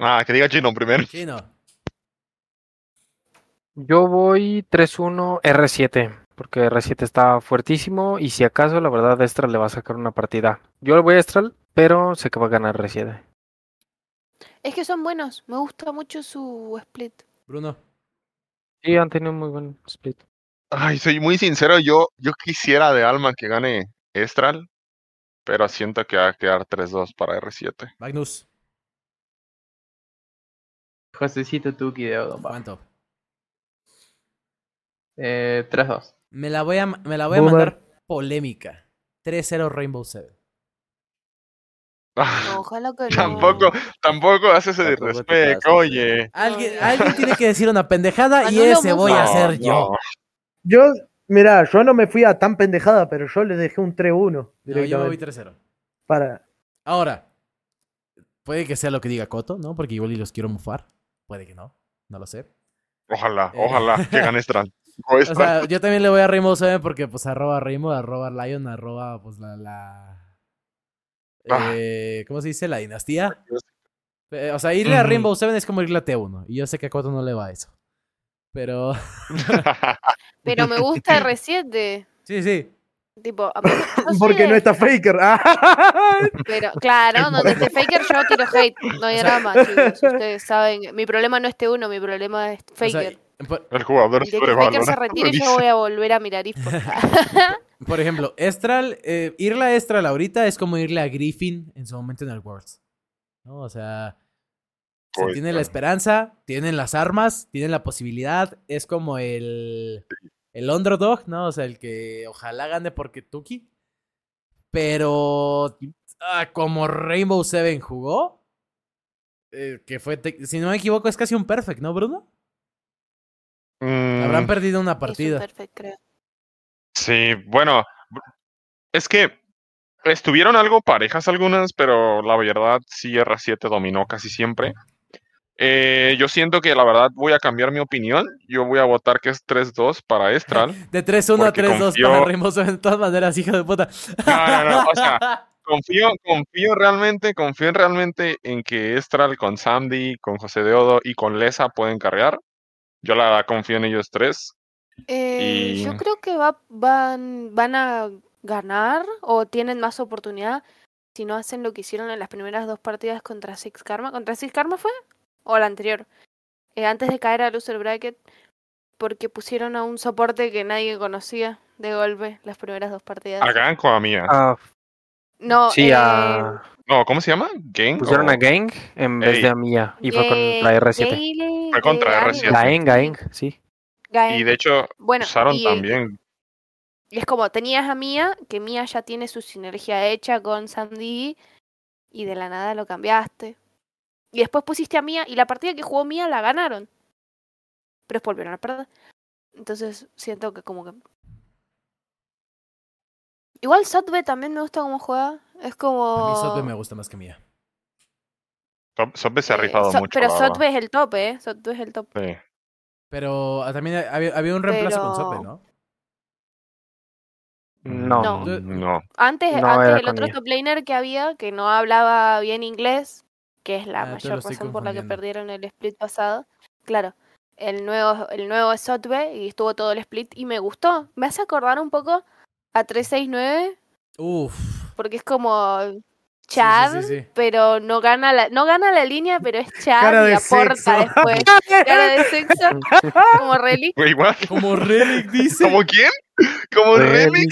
Speaker 4: Ah, que diga chino primero.
Speaker 3: Chino.
Speaker 1: Yo voy 3-1 R7, porque R7 está fuertísimo y si acaso, la verdad, Estral le va a sacar una partida. Yo le voy a Estral, pero sé que va a ganar R7.
Speaker 7: Es que son buenos. Me gusta mucho su split.
Speaker 3: Bruno.
Speaker 1: Sí, han tenido un muy buen split.
Speaker 4: Ay, soy muy sincero, yo, yo quisiera de alma que gane Estral, pero siento que va a quedar 3-2 para R7.
Speaker 3: Magnus.
Speaker 5: Josecito Tuki de Odo. va.
Speaker 3: ¿Cuánto?
Speaker 5: Eh, 3-2.
Speaker 3: Me la voy a, ma- me la voy a
Speaker 6: Boomer.
Speaker 3: mandar polémica. 3-0 Rainbow Seven.
Speaker 7: No, ojalá que no.
Speaker 4: Tampoco, tampoco haces ese
Speaker 2: Tampoco te
Speaker 4: disrespeto,
Speaker 2: pases,
Speaker 4: oye.
Speaker 3: Alguien,
Speaker 7: Ay.
Speaker 3: alguien tiene que decir una pendejada y
Speaker 7: Manuel
Speaker 3: ese voy a
Speaker 7: No,
Speaker 3: hacer yo.
Speaker 6: Yo, mira, yo no me fui a tan pendejada, pero yo le dejé un 3-1
Speaker 3: No, yo me voy 3-0.
Speaker 6: directamente. para...
Speaker 3: Ahora, puede que sea lo que diga Coto, ¿no? Porque igual y los quiero mufar. Puede que no. No lo sé.
Speaker 4: Ojalá,
Speaker 3: Eh.
Speaker 4: ojalá que gane Estral. O
Speaker 3: O
Speaker 4: Estral.
Speaker 3: sea, yo también le voy a Rainbow Seven porque, pues, arroba Rainbow, arroba Lion, arroba, pues, la... la-
Speaker 4: Ah.
Speaker 3: Eh, ¿Cómo se dice? La dinastía. Eh, o sea, irle a
Speaker 4: Ujú.
Speaker 3: Rainbow Seven es como irle a T1. Y yo sé que a Coto no le va a eso. Pero...
Speaker 7: Pero me gusta R7.
Speaker 3: Sí, sí.
Speaker 7: Tipo, a mí- yo soy
Speaker 6: Porque
Speaker 7: de-
Speaker 6: no está Faker. Ah,
Speaker 7: Pero, claro, donde esté Faker yo tiro hate. No hay drama, chicos. Ustedes saben. Mi problema no es T1, mi problema es
Speaker 3: O sea,
Speaker 7: Faker.
Speaker 3: por-
Speaker 4: El jugador
Speaker 7: El día que Faker se
Speaker 4: sobrevalorado,
Speaker 7: retire,
Speaker 4: dice.
Speaker 7: yo voy a volver a mirar IFPO.
Speaker 3: Por ejemplo, Estral, eh, irle a Estral ahorita es como irle a Griffin en su momento en el Worlds. ¿No? O sea, se
Speaker 4: Uy,
Speaker 3: tiene la
Speaker 4: Pues, claro.
Speaker 3: esperanza, tienen las armas, tienen la posibilidad. Es como el, el underdog, ¿no? O sea, el que ojalá gane porque Tuki. Pero ah, como Rainbow Seven jugó, eh, que fue, te- si no me equivoco, es casi un perfect, ¿no, Bruno? Habrán
Speaker 4: Mm,
Speaker 3: perdido una
Speaker 7: Partida.
Speaker 3: partida.
Speaker 7: Perfect, creo.
Speaker 4: Sí, bueno, es que estuvieron algo parejas algunas, pero la verdad sí R7 dominó casi siempre. Eh, yo siento que la verdad voy a cambiar mi opinión. Yo voy a votar que es 3-2 para Estral.
Speaker 3: De 3-1 a
Speaker 4: Porque
Speaker 3: 3-2
Speaker 4: confió-
Speaker 3: para Rainbow Seven, de todas maneras, hijo de puta.
Speaker 4: No, no, no, o sea, confío, confío realmente, confío realmente en que Estral con Sandy, con José Deodo y con Lesa pueden cargar. Yo la verdad confío en ellos tres.
Speaker 7: Eh,
Speaker 4: Y-
Speaker 7: Yo creo que va, van, van a ganar o tienen más oportunidad si no hacen lo que hicieron en las primeras dos partidas contra Six Karma. ¿Contra Six Karma fue? ¿O la anterior? Eh, antes de caer a Loser Bracket, porque pusieron a un soporte que nadie conocía de golpe las primeras dos partidas.
Speaker 4: A Ganko, amiga.
Speaker 1: Ah,
Speaker 7: No,
Speaker 1: sí,
Speaker 7: eh,
Speaker 1: a-
Speaker 4: No, ¿cómo se llama? Gang.
Speaker 1: pusieron
Speaker 4: o-
Speaker 1: a Gang en vez
Speaker 4: Ey.
Speaker 1: de a Mia y fue con la
Speaker 7: Ye-
Speaker 1: R7.
Speaker 7: Yale
Speaker 4: Fue contra
Speaker 7: de
Speaker 4: R7.
Speaker 7: Anima.
Speaker 1: La Enga, Eng, sí.
Speaker 7: Gaen.
Speaker 4: Y de hecho,
Speaker 7: bueno,
Speaker 4: usaron
Speaker 7: y- eh,
Speaker 4: también
Speaker 7: Y es como, tenías a Mía, que Mía ya tiene su sinergia hecha con Sandy, y de la nada lo cambiaste. Y después pusiste a Mía, y la partida que jugó Mía la ganaron. Pero volvieron a perder. Entonces siento que como que... Igual Sotbe también me gusta cómo juega. Es
Speaker 3: A
Speaker 7: como...
Speaker 3: mí Sotbe me gusta más que mía.
Speaker 4: Sob- Sobbe se ha
Speaker 7: eh,
Speaker 4: rifado
Speaker 7: Sot-
Speaker 4: mucho.
Speaker 7: Pero
Speaker 4: la verdad.
Speaker 7: Sotbe es el tope, ¿eh? Sotbe es el tope.
Speaker 4: Sí.
Speaker 3: Pero ah, también había, había un reemplazo con Sotbe,
Speaker 7: Pero-
Speaker 3: ¿no?
Speaker 1: No.
Speaker 7: No.
Speaker 3: Yo-
Speaker 4: Mm, No.
Speaker 7: Antes,
Speaker 1: No,
Speaker 7: antes
Speaker 1: era
Speaker 7: el
Speaker 1: con
Speaker 7: otro
Speaker 1: Mía.
Speaker 7: top laner que había, que no hablaba bien inglés, que es la
Speaker 3: Ah, entonces lo
Speaker 7: mayor
Speaker 3: estoy
Speaker 7: razón por la que
Speaker 3: confundiendo.
Speaker 7: perdieron el split pasado. Claro, el nuevo, el nuevo es Sotbe y estuvo todo el split y me gustó. Me hace acordar un poco a 369,
Speaker 3: Uf. Sí,
Speaker 7: porque es como
Speaker 3: Sí,
Speaker 7: Chad,
Speaker 3: sí, sí.
Speaker 7: pero no gana la, no gana la línea, pero es Chad
Speaker 6: Cara
Speaker 7: y
Speaker 6: de
Speaker 7: aporta
Speaker 6: sexo.
Speaker 7: después. Cara de sexo, como Relic.
Speaker 4: Güey, igual.
Speaker 3: Como Relic dice.
Speaker 4: ¿Cómo quién? ¿Cómo Remy?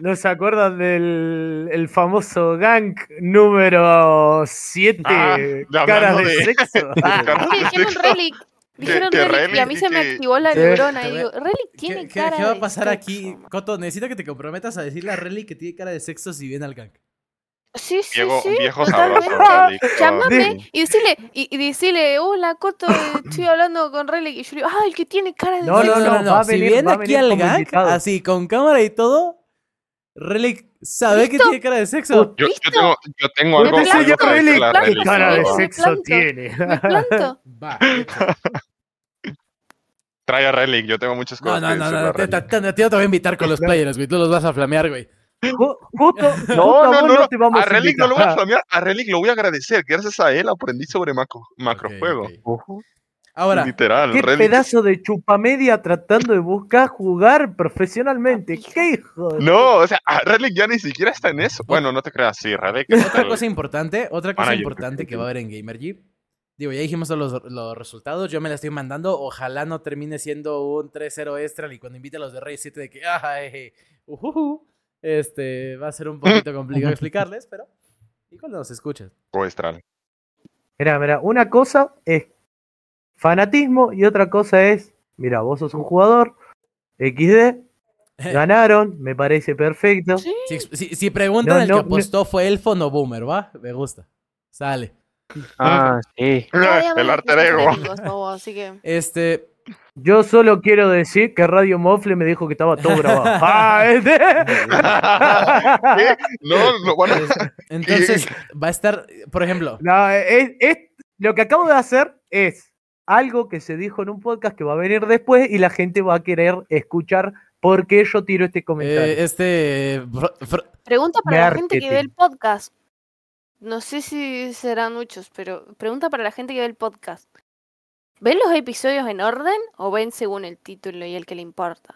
Speaker 6: ¿No se acuerdan del el famoso gank número 7?
Speaker 4: Ah, de-
Speaker 6: caras
Speaker 4: hablando
Speaker 6: de,
Speaker 4: Ah, de-
Speaker 6: sexo.
Speaker 4: Cara
Speaker 7: Estoy
Speaker 4: de
Speaker 7: diciendo un
Speaker 4: sexo.
Speaker 7: Relic. Dijeron
Speaker 4: que
Speaker 7: Relic y a
Speaker 4: Relic
Speaker 7: mí
Speaker 4: y
Speaker 7: se me
Speaker 4: que-
Speaker 7: activó la
Speaker 6: Sí.
Speaker 7: neurona.
Speaker 3: Te
Speaker 7: Y
Speaker 3: voy-
Speaker 7: digo, Relic
Speaker 3: ¿Qué,
Speaker 7: tiene
Speaker 3: qué-
Speaker 7: cara
Speaker 3: qué va a
Speaker 7: de
Speaker 3: pasar aquí?
Speaker 7: sexo".
Speaker 3: Coto, necesito que te comprometas a decirle a Relly que tiene cara de sexo si viene al gang.
Speaker 7: Sí, sí,
Speaker 4: Viejo,
Speaker 7: sí.
Speaker 4: viejo
Speaker 7: totalmente.
Speaker 4: sabroso. Relic,
Speaker 7: Llámame
Speaker 4: ah,
Speaker 7: y decirle, y, y decirle, hola Coto, eh, estoy hablando con Relic. Y yo le digo, ah, el que tiene cara de
Speaker 6: No,
Speaker 7: sexo".
Speaker 6: no, no, va a
Speaker 3: Si
Speaker 6: venir-
Speaker 3: viene
Speaker 6: va a
Speaker 3: aquí
Speaker 6: venir
Speaker 3: al
Speaker 6: como
Speaker 3: gang,
Speaker 6: invitado.
Speaker 3: así con cámara y todo, Relic sabe que
Speaker 7: ¿Listo?
Speaker 3: tiene cara de sexo.
Speaker 4: Yo, yo
Speaker 7: ¿Listo?
Speaker 4: tengo, yo tengo
Speaker 7: Me
Speaker 4: algo.
Speaker 7: planto,
Speaker 4: algo que decirle a
Speaker 7: me planto,
Speaker 6: ¿Qué
Speaker 4: Relic,
Speaker 6: cara de
Speaker 4: por favor.
Speaker 6: sexo
Speaker 7: Me planto.
Speaker 6: tiene?
Speaker 7: Me planto.
Speaker 3: Va. hecho.
Speaker 4: Trae a Relic, yo tengo muchas
Speaker 3: No,
Speaker 4: cosas
Speaker 3: no,
Speaker 4: que
Speaker 3: no,
Speaker 4: decirle
Speaker 3: no,
Speaker 4: a
Speaker 3: no, te,
Speaker 4: Relic.
Speaker 3: te, te- te voy a invitar con los players, güey. Tú los vas a flamear, güey.
Speaker 6: Ju- Justo, justo
Speaker 4: No,
Speaker 6: a
Speaker 4: no,
Speaker 6: vos
Speaker 4: no,
Speaker 6: no te vamos
Speaker 4: a Relic no lo voy a
Speaker 6: invitar.
Speaker 4: flamear, a Relic lo voy a agradecer. Gracias a él aprendí sobre macro, macrojuego.
Speaker 3: Ok, ok. Ahora,
Speaker 4: Literal,
Speaker 6: Qué
Speaker 4: Relic.
Speaker 6: pedazo de chupamedia tratando de buscar jugar profesionalmente.
Speaker 7: Papi.
Speaker 6: ¿Qué hijo? de-
Speaker 4: No, o sea, a Relic ya ni siquiera está en eso. Bueno, no te creas, sí, Relic.
Speaker 3: otra
Speaker 4: el-
Speaker 3: cosa importante, otra cosa
Speaker 4: Manager.
Speaker 3: importante que va a haber en GamerG. Digo, ya dijimos todos los, los resultados, yo me la estoy mandando. Ojalá no termine siendo un 3-0 extra y cuando invite a los de Rey 7 de que, ay, ujujú, este, va a ser un poquito complicado explicarles, pero igual nos escuchas.
Speaker 4: Coestral.
Speaker 6: Mira, mira, una cosa es fanatismo y otra cosa es, mira, vos sos un jugador, XD, ganaron, me parece perfecto.
Speaker 7: Sí.
Speaker 3: Si, ex- si- si preguntan,
Speaker 6: No,
Speaker 3: el
Speaker 6: no,
Speaker 3: que
Speaker 6: no.
Speaker 3: apostó fue Elfo no Boomer, ¿va? Me gusta. Sale.
Speaker 1: Ah, sí.
Speaker 7: Cada día
Speaker 4: El
Speaker 7: más
Speaker 4: alter
Speaker 7: difícil
Speaker 4: ego.
Speaker 7: enemigos, bobo, así que
Speaker 3: Este,
Speaker 6: Yo solo quiero decir que Radio Mofle me dijo que estaba todo grabado. ah, este.
Speaker 4: ¿Qué? No, no, bueno,
Speaker 3: es- eh, entonces, va a estar, por ejemplo,
Speaker 6: No, es, es- lo que acabo de hacer es algo que se dijo en un podcast que va a venir después y la gente va a querer escuchar por qué yo tiro este comentario.
Speaker 3: eh, este, Fro- Fro-
Speaker 7: pregunta para la gente que ve
Speaker 6: Marketing.
Speaker 7: el podcast. No sé si serán muchos, pero pregunta para la gente que ve el podcast. ¿Ven los episodios en orden o ven según el título y el que le importa?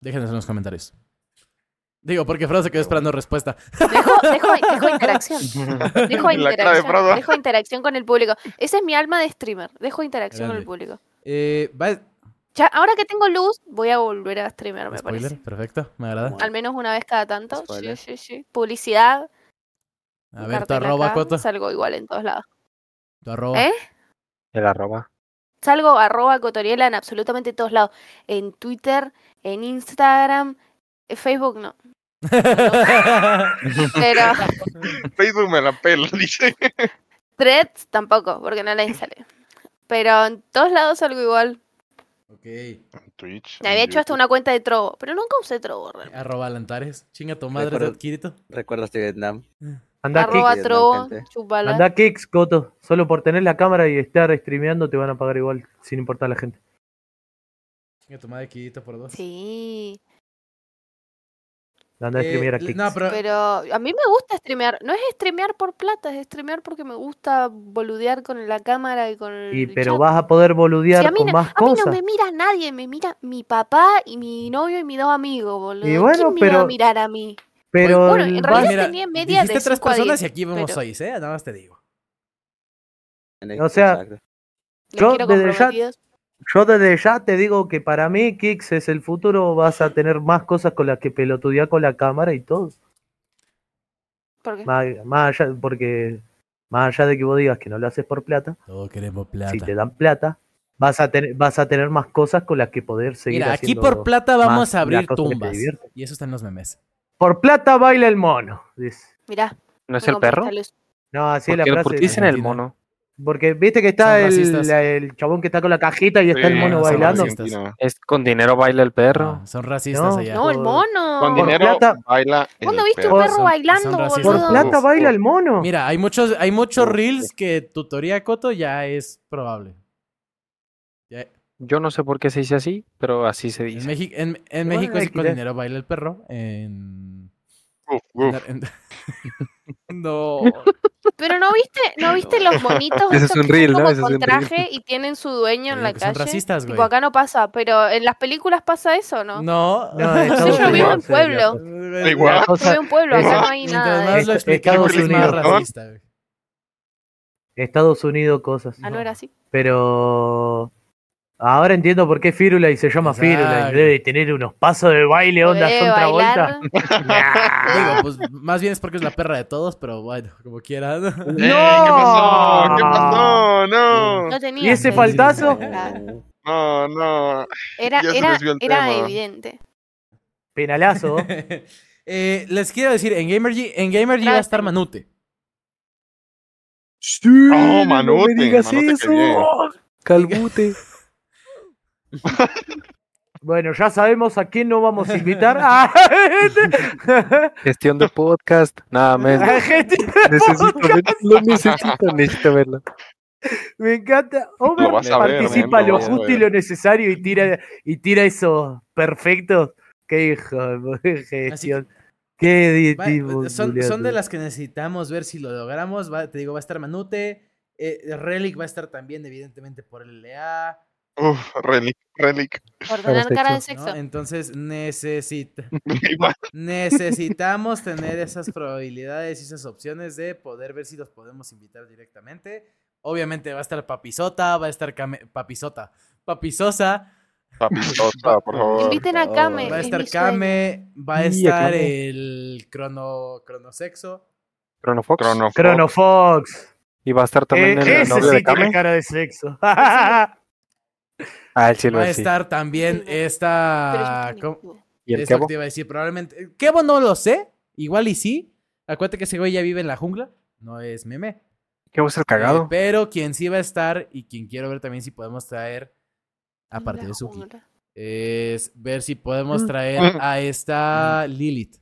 Speaker 3: Déjenos en los comentarios. Digo, porque Frodo se quedó esperando respuesta.
Speaker 7: Dejo, dejo- dejo interacción. Dejo
Speaker 4: La cara de Frodo.
Speaker 7: interacción, dejo interacción con el público. Esa es mi alma de streamer. Dejo interacción con el
Speaker 3: Grande.
Speaker 7: público.
Speaker 3: Eh, va-
Speaker 7: Ya, ahora que tengo luz, voy a volver a streamer, me
Speaker 3: Spoiler,
Speaker 7: parece.
Speaker 3: perfecto, me agrada.
Speaker 2: Bueno.
Speaker 7: Al menos una vez cada tanto. Sí,
Speaker 2: Spoiler.
Speaker 7: sí, sí. Publicidad.
Speaker 3: A
Speaker 7: un
Speaker 3: ver, tu
Speaker 7: cartel
Speaker 3: arroba,
Speaker 7: acá,
Speaker 3: Coto.
Speaker 7: Salgo igual en todos lados.
Speaker 3: Tu arroba.
Speaker 7: ¿Eh?
Speaker 1: El arroba.
Speaker 7: Salgo arroba cotoriela en absolutamente todos lados. En Twitter, en Instagram, en Facebook no. Pero
Speaker 4: Facebook me la pela, dice.
Speaker 7: Threads tampoco, porque no la instalé. Pero en todos lados salgo igual.
Speaker 3: ok.
Speaker 4: Twitch.
Speaker 7: Me había hecho hasta
Speaker 4: YouTube.
Speaker 7: una cuenta de Trovo, pero nunca usé Trovo. realmente.
Speaker 3: Arroba Alantares. Chinga tu madre,
Speaker 2: Recuerda-
Speaker 3: Kirito.
Speaker 2: Recuerdas de Vietnam.
Speaker 3: eh,
Speaker 6: Anda
Speaker 7: Arroba
Speaker 2: Kicks,
Speaker 7: Trovo,
Speaker 2: gente.
Speaker 7: chupala.
Speaker 6: Anda kicks, Coto. Solo por tener la cámara y estar streameando te van a pagar igual, sin importar la gente.
Speaker 3: Chinga tu madre, Kirito, por dos.
Speaker 7: Sí,
Speaker 6: Anda a
Speaker 3: Eh,
Speaker 6: streamear a
Speaker 3: le-
Speaker 6: kicks.
Speaker 3: no, pero,
Speaker 7: pero a mí me gusta streamear. No es streamear por plata, es streamear porque me gusta boludear con la cámara y con el
Speaker 6: Y, pero
Speaker 7: chat.
Speaker 6: vas a poder boludear
Speaker 7: Si a mí,
Speaker 6: con
Speaker 7: no,
Speaker 6: más
Speaker 7: a mí no
Speaker 6: cosas.
Speaker 7: me mira nadie, me mira mi papá y mi novio y mis dos amigos, boludo.
Speaker 6: Y bueno,
Speaker 7: ¿Quién me va a
Speaker 6: pero-
Speaker 7: mirar a mí?
Speaker 6: Pero
Speaker 7: bueno, en
Speaker 6: el-
Speaker 7: realidad
Speaker 6: vas-
Speaker 3: mira,
Speaker 7: tenía media
Speaker 3: dijiste
Speaker 7: de
Speaker 3: tres
Speaker 7: 5 a
Speaker 3: personas y
Speaker 7: 10,
Speaker 3: aquí vamos
Speaker 7: pero-
Speaker 3: seis, ¿eh? Nada más te digo.
Speaker 2: En
Speaker 6: O sea,
Speaker 2: exacto.
Speaker 7: Los
Speaker 6: Yo
Speaker 7: quiero
Speaker 6: desde ya-
Speaker 7: comprometidos.
Speaker 6: yo desde ya te digo que para mí kicks es el futuro, vas a tener más cosas con las que pelotudear con la cámara y todo.
Speaker 7: Porque
Speaker 6: Más, más allá, porque más allá de que vos digas que no lo haces por plata,
Speaker 3: Todos queremos plata.
Speaker 6: si te dan plata, vas a tener, vas a tener más cosas con las que poder seguir
Speaker 3: Mira, aquí
Speaker 6: haciendo
Speaker 3: por plata vamos
Speaker 6: más
Speaker 3: a
Speaker 6: una
Speaker 3: abrir
Speaker 6: cosa que te
Speaker 3: tumbas.
Speaker 6: divierte.
Speaker 3: Y eso está en los memes.
Speaker 6: Por plata baila el mono, dice.
Speaker 7: mirá,
Speaker 1: ¿No es
Speaker 7: me
Speaker 1: el
Speaker 7: compré
Speaker 1: perro?
Speaker 7: esta luz.
Speaker 6: No, así es la
Speaker 1: Porque,
Speaker 6: frase.
Speaker 1: ¿Por qué dicen el
Speaker 3: Argentina.
Speaker 1: mono?
Speaker 6: Porque viste que
Speaker 3: Son
Speaker 6: está el,
Speaker 3: racistas.
Speaker 6: la- el chabón que está con la cajita y está el
Speaker 4: Sí,
Speaker 6: mono
Speaker 3: son
Speaker 6: bailando.
Speaker 3: racistas.
Speaker 1: Es con dinero baila el perro.
Speaker 3: Ah, son racistas
Speaker 6: No.
Speaker 3: allá.
Speaker 7: No, el
Speaker 6: Por-
Speaker 7: mono.
Speaker 4: Con
Speaker 6: Por
Speaker 4: dinero
Speaker 6: plata-
Speaker 4: baila. el
Speaker 7: ¿Vos no viste
Speaker 4: perro.
Speaker 7: un
Speaker 6: Por-
Speaker 7: perro
Speaker 3: son-
Speaker 7: bailando,
Speaker 3: son racistas.
Speaker 6: Por
Speaker 7: boludo?
Speaker 6: plata
Speaker 4: Uf,
Speaker 6: baila
Speaker 4: uf.
Speaker 6: el mono.
Speaker 3: Mira, hay muchos, hay muchos
Speaker 6: Uf,
Speaker 3: reels que tutoría Coto ya es probable. Ya-
Speaker 1: Yo no sé por qué se dice así, pero así se
Speaker 3: en
Speaker 1: dice.
Speaker 3: México, en, en
Speaker 6: Igual
Speaker 3: México
Speaker 6: hay
Speaker 3: es
Speaker 6: que
Speaker 3: con
Speaker 6: ver.
Speaker 3: dinero baila el perro. En,
Speaker 4: Uf,
Speaker 3: en
Speaker 4: uf.
Speaker 3: Ar- en- no.
Speaker 7: Pero no viste, no viste los monitos
Speaker 1: Ese es
Speaker 7: estos
Speaker 1: un
Speaker 7: que son
Speaker 1: reel, ¿no?
Speaker 7: como
Speaker 1: Ese es
Speaker 7: con
Speaker 1: un reel.
Speaker 7: traje y tienen su dueño
Speaker 3: Te
Speaker 6: Eh,
Speaker 7: en
Speaker 3: digo
Speaker 7: la
Speaker 3: que son
Speaker 7: calle.
Speaker 3: racistas,
Speaker 7: tipo,
Speaker 3: güey.
Speaker 7: acá no pasa, pero en las películas pasa eso, ¿no?
Speaker 3: No.
Speaker 6: No, en
Speaker 7: Nosotros
Speaker 6: Estados
Speaker 7: vivimos en
Speaker 6: Unidos, sería
Speaker 7: pueblo.
Speaker 6: otra
Speaker 4: Da
Speaker 3: Mientras
Speaker 4: igual.
Speaker 6: cosa.
Speaker 7: Yo veo un pueblo, acá no hay nada. de
Speaker 3: más
Speaker 7: eso.
Speaker 3: lo
Speaker 6: Estados
Speaker 3: explicamos es más
Speaker 4: Unidos, ¿no?
Speaker 3: racista. güey.
Speaker 6: Estados Unidos cosas.
Speaker 7: Ah, no era así.
Speaker 6: Pero Ahora entiendo por qué Firula y se llama
Speaker 3: Exacto.
Speaker 6: Firula. Debe tener unos pasos de baile, onda,
Speaker 7: Puede
Speaker 6: son
Speaker 7: bailar.
Speaker 6: Travolta. Nah.
Speaker 3: Digo, pues más bien es porque es la perra de todos, pero bueno, como quieran.
Speaker 4: ¡Eh, ¿Qué pasó? ¿Qué pasó? No,
Speaker 7: No tenía.
Speaker 6: ¿Y ese
Speaker 7: que
Speaker 6: faltazo?
Speaker 7: decirlo.
Speaker 4: no, no. Oh,
Speaker 7: Era,
Speaker 4: Ya se
Speaker 7: era,
Speaker 4: desvió el
Speaker 7: era
Speaker 4: tema.
Speaker 7: evidente.
Speaker 6: Penalazo.
Speaker 3: Eh, les quiero decir, en Gamergy, en Gamergy va a estar Manute.
Speaker 4: Oh, Manute, Manute, qué bien.
Speaker 1: Calbute.
Speaker 6: Bueno, ya sabemos a quién no vamos a invitar. Ah,
Speaker 1: Gestión de podcast. Nada, más.
Speaker 6: gente,
Speaker 1: Necesito verlo. Lo necesito, necesito verlo.
Speaker 6: me encanta. Homer
Speaker 4: Lo vas a ver,
Speaker 6: participa
Speaker 4: men, lo
Speaker 6: lo
Speaker 4: vas a
Speaker 6: justo y
Speaker 4: ver.
Speaker 6: lo necesario y tira, y tira esos perfectos. Qué hijo de gestión. Qué di-
Speaker 3: Va-
Speaker 6: tipo,
Speaker 3: son, son de
Speaker 6: boludo.
Speaker 3: las que necesitamos ver si lo logramos. Va- te digo, va a estar Manute. eh, Relic va a estar también, evidentemente, por el LA.
Speaker 4: Uf, relic, relic.
Speaker 7: Por tener cara de
Speaker 3: ¿no?
Speaker 7: sexo.
Speaker 3: Entonces necesita- necesitamos tener esas probabilidades y esas opciones de poder ver si los podemos invitar directamente. Obviamente va a estar Papisota, va a estar Came- Papisota, Papisosa,
Speaker 4: Papilota, por favor.
Speaker 7: Inviten a
Speaker 2: favor.
Speaker 7: Kame.
Speaker 3: eh, va a
Speaker 7: es
Speaker 3: estar
Speaker 7: Eh, mi sueño.
Speaker 3: Kame, va a
Speaker 1: Sí, a
Speaker 3: estar
Speaker 1: Kame.
Speaker 3: el crono, cronosexo.
Speaker 1: Cronofox.
Speaker 4: Chrono Fox.
Speaker 6: Chronofox.
Speaker 1: Y va a estar también
Speaker 6: Eh,
Speaker 1: el
Speaker 6: ese
Speaker 1: novio
Speaker 6: sí
Speaker 1: de
Speaker 6: tiene
Speaker 1: Kame.
Speaker 6: cara de sexo.
Speaker 1: Ah, el
Speaker 3: Va a
Speaker 1: Silver sí.
Speaker 3: estar también
Speaker 7: Pero yo
Speaker 3: esta...
Speaker 7: tenía
Speaker 3: ¿cómo?
Speaker 7: duda.
Speaker 1: Y el
Speaker 3: Es lo que
Speaker 1: Kevo.
Speaker 3: te iba a decir, probablemente. eh, Kevo no lo sé, igual y sí. Acuérdate que ese güey ya vive en la jungla, no es meme.
Speaker 1: Kevo es el
Speaker 3: Eh,
Speaker 1: cagado.
Speaker 3: pero quien sí va a estar y quien quiero ver también si podemos traer, aparte
Speaker 7: La
Speaker 3: de Suki,
Speaker 7: jungla.
Speaker 3: es ver si podemos
Speaker 1: Mm.
Speaker 3: traer a esta
Speaker 7: Mm.
Speaker 3: Lilith.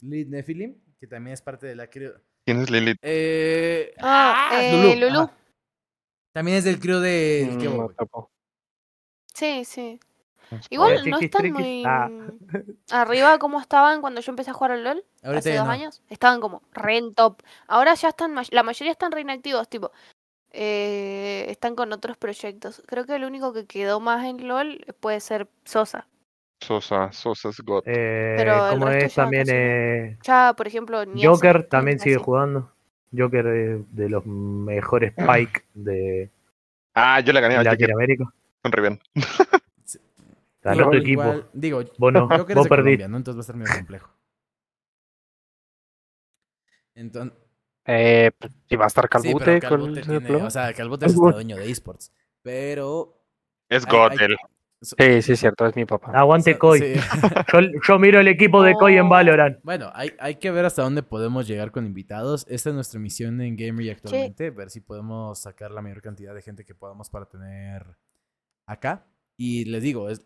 Speaker 3: Lilith Nephilim, que también es parte de la crew.
Speaker 4: ¿Quién es Lilith?
Speaker 3: Eh,
Speaker 7: Ah, eh, Lulú.
Speaker 3: ajá. También es del crew de
Speaker 1: Mm,
Speaker 3: Kevo,
Speaker 1: no,
Speaker 3: güey.
Speaker 1: tampoco.
Speaker 7: Sí,
Speaker 4: Eh,
Speaker 7: sí.
Speaker 6: Ahora
Speaker 7: Igual
Speaker 6: sí
Speaker 7: no
Speaker 6: que
Speaker 7: están
Speaker 6: triquis.
Speaker 7: muy
Speaker 6: Ah.
Speaker 7: arriba como estaban cuando yo empecé a jugar al LOL
Speaker 3: Ahorita
Speaker 7: hace
Speaker 3: ya
Speaker 7: dos
Speaker 3: no.
Speaker 7: años. Estaban como re en top. Ahora ya están, may- la mayoría están re inactivos, tipo. eh, están con otros proyectos. Creo que el único que quedó más en LOL puede ser Sosa.
Speaker 4: Sosa, Sosa es God.
Speaker 6: Eh,
Speaker 7: Pero el
Speaker 6: como
Speaker 7: resto
Speaker 6: es
Speaker 7: ya
Speaker 6: también
Speaker 7: casi no.
Speaker 6: eh,
Speaker 7: Ya, por ejemplo, ni eso,
Speaker 6: Joker
Speaker 7: ni
Speaker 6: también sigue
Speaker 7: así.
Speaker 6: jugando. Joker es de los mejores
Speaker 3: Ah.
Speaker 6: Pike de
Speaker 4: Ah, yo le gané a Jacob
Speaker 6: Latinoamérica.
Speaker 4: con Riven.
Speaker 6: Ganó tu
Speaker 3: Igual-
Speaker 6: equipo.
Speaker 3: igual- digo,
Speaker 6: Vos no,
Speaker 3: Yo que eres
Speaker 6: vos
Speaker 3: de
Speaker 6: perdiste.
Speaker 3: Colombia, ¿no? Entonces va a estar medio complejo. Entonces,
Speaker 1: Eh, y va a estar
Speaker 3: sí, pero
Speaker 1: Calbute con
Speaker 3: Calvote
Speaker 1: el
Speaker 3: tiene-
Speaker 1: pluma.
Speaker 3: o sea, Calvote es hasta
Speaker 1: Calvote.
Speaker 3: dueño de esports, pero
Speaker 4: Es
Speaker 3: Ay,
Speaker 4: God,
Speaker 3: ay,
Speaker 4: él.
Speaker 3: so-
Speaker 1: Sí, sí, es cierto, es mi
Speaker 3: Ah,
Speaker 1: papá.
Speaker 6: Aguante
Speaker 3: so-
Speaker 6: Koi.
Speaker 3: sí.
Speaker 6: Yo, yo miro el equipo de Koi
Speaker 7: Oh.
Speaker 6: en Valorant.
Speaker 3: Bueno, hay, hay que ver hasta dónde podemos llegar con invitados. Esta es nuestra misión en Gamery actualmente, ver si podemos sacar la mayor cantidad de gente que podamos para tener acá. Y les digo, es,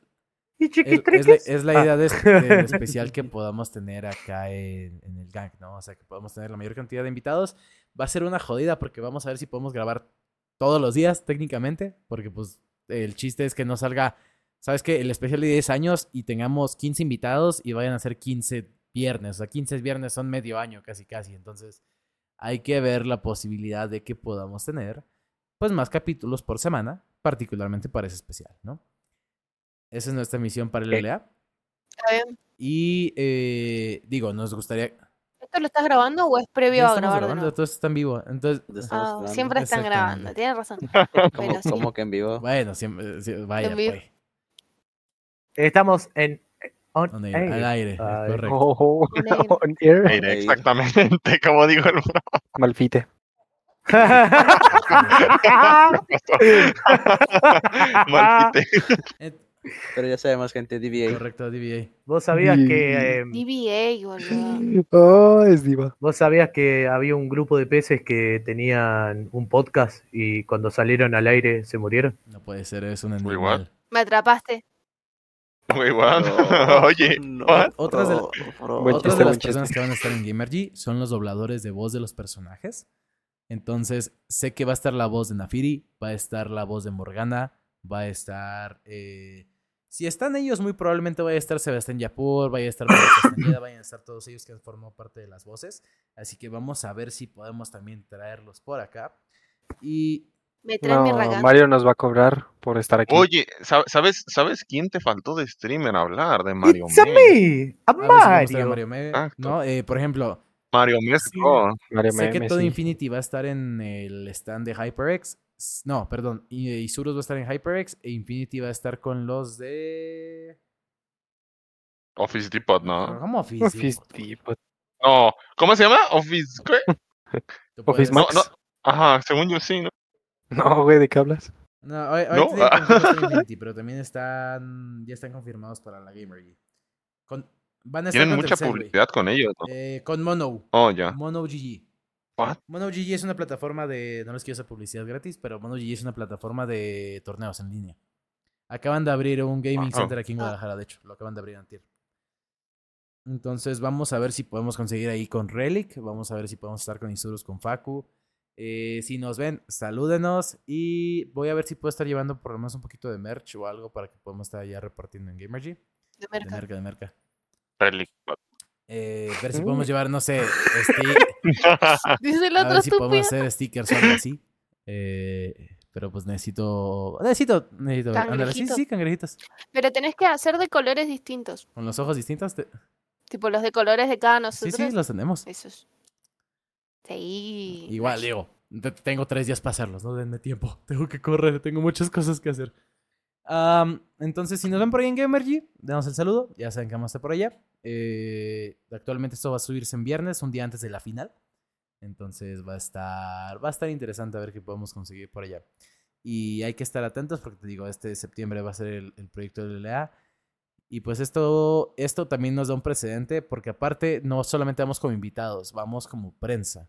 Speaker 6: Y
Speaker 3: es, es la,
Speaker 6: chiquitriquis.
Speaker 3: es la
Speaker 6: Ah.
Speaker 3: idea de, del especial que podamos tener acá en, en el gang, ¿no? O sea, que podamos tener la mayor cantidad de invitados. Va a ser una jodida porque vamos a ver si podemos grabar todos los días técnicamente, porque pues el chiste es que no salga, ¿sabes qué? El especial de 10 años y tengamos 15 invitados y vayan a ser 15 viernes. O sea, 15 viernes son medio año casi, casi. Entonces, hay que ver la posibilidad de que podamos tener, pues, más capítulos por semana, particularmente para ese especial, ¿no? Esa es nuestra misión para el
Speaker 1: Ok.
Speaker 3: LA.
Speaker 7: Está bien.
Speaker 3: Y eh, digo, nos gustaría.
Speaker 7: ¿Esto lo estás grabando o es previo
Speaker 3: Ya
Speaker 7: a
Speaker 3: estamos
Speaker 7: grabar de
Speaker 3: grabando,
Speaker 7: nuevo?
Speaker 3: todo esto está en vivo. Entonces,
Speaker 2: ¿Dónde estamos
Speaker 7: Ah,
Speaker 2: grabando?
Speaker 7: siempre están grabando,
Speaker 3: Exactamente.
Speaker 7: tienes razón.
Speaker 2: ¿Cómo,
Speaker 7: Pero sí.
Speaker 2: cómo que en vivo?
Speaker 3: bueno, siempre, sí, vaya,
Speaker 7: En vivo.
Speaker 3: pues,
Speaker 6: Estamos en. on
Speaker 3: on air,
Speaker 6: air.
Speaker 3: al aire, es
Speaker 6: Ay.
Speaker 3: correcto.
Speaker 1: Oh, oh,
Speaker 7: On air.
Speaker 1: on air.
Speaker 4: Mira, Exactamente, como digo el bro.
Speaker 1: Malfite.
Speaker 4: Malquite.
Speaker 3: Eh,
Speaker 2: Pero ya sabemos, gente, DBA.
Speaker 3: correcto, DBA.
Speaker 6: Vos sabías que. eh,
Speaker 7: DBA, boludo.
Speaker 1: Oh, es diva.
Speaker 6: Vos sabías que había un grupo de peces que tenían un podcast y cuando salieron al aire se murieron.
Speaker 3: No puede ser, es un
Speaker 4: Muy
Speaker 3: animal.
Speaker 7: Me atrapaste.
Speaker 4: Muy bueno.
Speaker 2: No,
Speaker 4: Oye,
Speaker 2: no,
Speaker 4: what?
Speaker 3: Otras de la-
Speaker 2: bro, bro.
Speaker 1: Buen
Speaker 3: Otras
Speaker 1: chiste,
Speaker 3: de las
Speaker 1: buen chiste.
Speaker 3: personas que van a estar en Gamergy son los dobladores de voz de los personajes. Entonces, sé que va a estar la voz de Nafiri, va a estar la voz de Morgana, va a estar. eh, si están ellos, muy probablemente vaya a estar Sebastián Yapur, vaya a estar Mario Castañeda, vayan a estar todos ellos que han formado parte de las voces. Así que vamos a ver si podemos también traerlos por acá. Y.
Speaker 7: Me trae mi
Speaker 1: No,
Speaker 7: raga.
Speaker 1: Mario nos va a cobrar por estar aquí.
Speaker 4: Oye, sa- ¿sabes, ¿sabes quién te faltó de streamer hablar? De Mario
Speaker 6: It's a
Speaker 4: Mez.
Speaker 6: me, Ah, a
Speaker 3: a ver si podemos traer a
Speaker 6: Mario.
Speaker 3: Mario Mega,
Speaker 1: Ah,
Speaker 4: Exacto.
Speaker 3: ¿no? Eh, por ejemplo,
Speaker 4: Mario oh, Mez,
Speaker 3: Sí.
Speaker 4: God.
Speaker 1: Mario
Speaker 3: Sé que
Speaker 1: Meme,
Speaker 3: todo
Speaker 1: sí.
Speaker 3: Infinity va a estar en el stand de HyperX. S- No, perdón. I- eh, Isurus va a estar en HyperX e Infinity va a estar con los de.
Speaker 4: Office Depot, ¿no?
Speaker 3: ¿Cómo Office?
Speaker 1: Office Depot.
Speaker 4: No, ¿cómo se llama? Office. ¿qué?
Speaker 3: Tú
Speaker 1: Office
Speaker 3: puedes-
Speaker 4: No,
Speaker 1: Max.
Speaker 4: no. Ajá, según yo sí, ¿no?
Speaker 1: No, güey, ¿de qué hablas?
Speaker 3: No, hoy, hoy
Speaker 4: ¿No?
Speaker 3: tienen
Speaker 4: Ah.
Speaker 3: confirmados con Infinity, pero también están. Ya están confirmados para la Gamer Con, van a estar con
Speaker 4: Tienen mucha
Speaker 3: Telcel, güey.
Speaker 4: publicidad con ellos, ¿no?
Speaker 3: Eh, con Mono.
Speaker 4: Oh, ya.
Speaker 3: Mono GG.
Speaker 4: What?
Speaker 3: Mono GG es una plataforma de. No les quiero hacer publicidad gratis, pero Mono GG es una plataforma de torneos en línea. Acaban de abrir un gaming
Speaker 4: Ajá.
Speaker 3: center aquí en Guadalajara, de hecho. Lo acaban de abrir antier. Entonces vamos a ver si podemos conseguir ahí con Relic. Vamos a ver si podemos estar con Isurus, con Facu. Eh, si nos ven, salúdenos. Y voy a ver si puedo estar llevando por lo menos un poquito de merch o algo para que podamos estar ya repartiendo en Gamergy.
Speaker 7: De
Speaker 3: De merca, de merca.
Speaker 4: Relic.
Speaker 3: Eh, ver si
Speaker 1: Mm.
Speaker 3: podemos llevar, no sé, este,
Speaker 7: Dice el
Speaker 3: a
Speaker 7: otro
Speaker 3: ver si
Speaker 7: estúpido.
Speaker 3: podemos hacer stickers o algo así. Eh, pero pues necesito. Necesito. necesito ándale, sí, sí,
Speaker 7: Cangrejitos.
Speaker 3: sí, cangrejitos.
Speaker 7: Pero tenés que hacer de colores distintos.
Speaker 3: Con los ojos distintos. te-
Speaker 7: Tipo los de colores de cada
Speaker 3: Sí,
Speaker 7: nosotros.
Speaker 3: sí, los tenemos.
Speaker 7: Esos. Sí.
Speaker 3: Igual, digo. te- Tengo tres días para hacerlos, no denme tiempo. Tengo que correr, tengo muchas cosas que hacer. Am, entonces, si nos ven por ahí en Gamergy, denos el saludo. Ya saben que vamos a estar por allá. Eh, actualmente esto va a subirse en viernes, un día antes de la final. Entonces va a estar, va a estar interesante a ver qué podemos conseguir por allá. Y hay que estar atentos porque te digo, este septiembre va a ser el, el proyecto de LLA. Y pues esto, esto también nos da un precedente porque aparte no solamente vamos como invitados, vamos como prensa.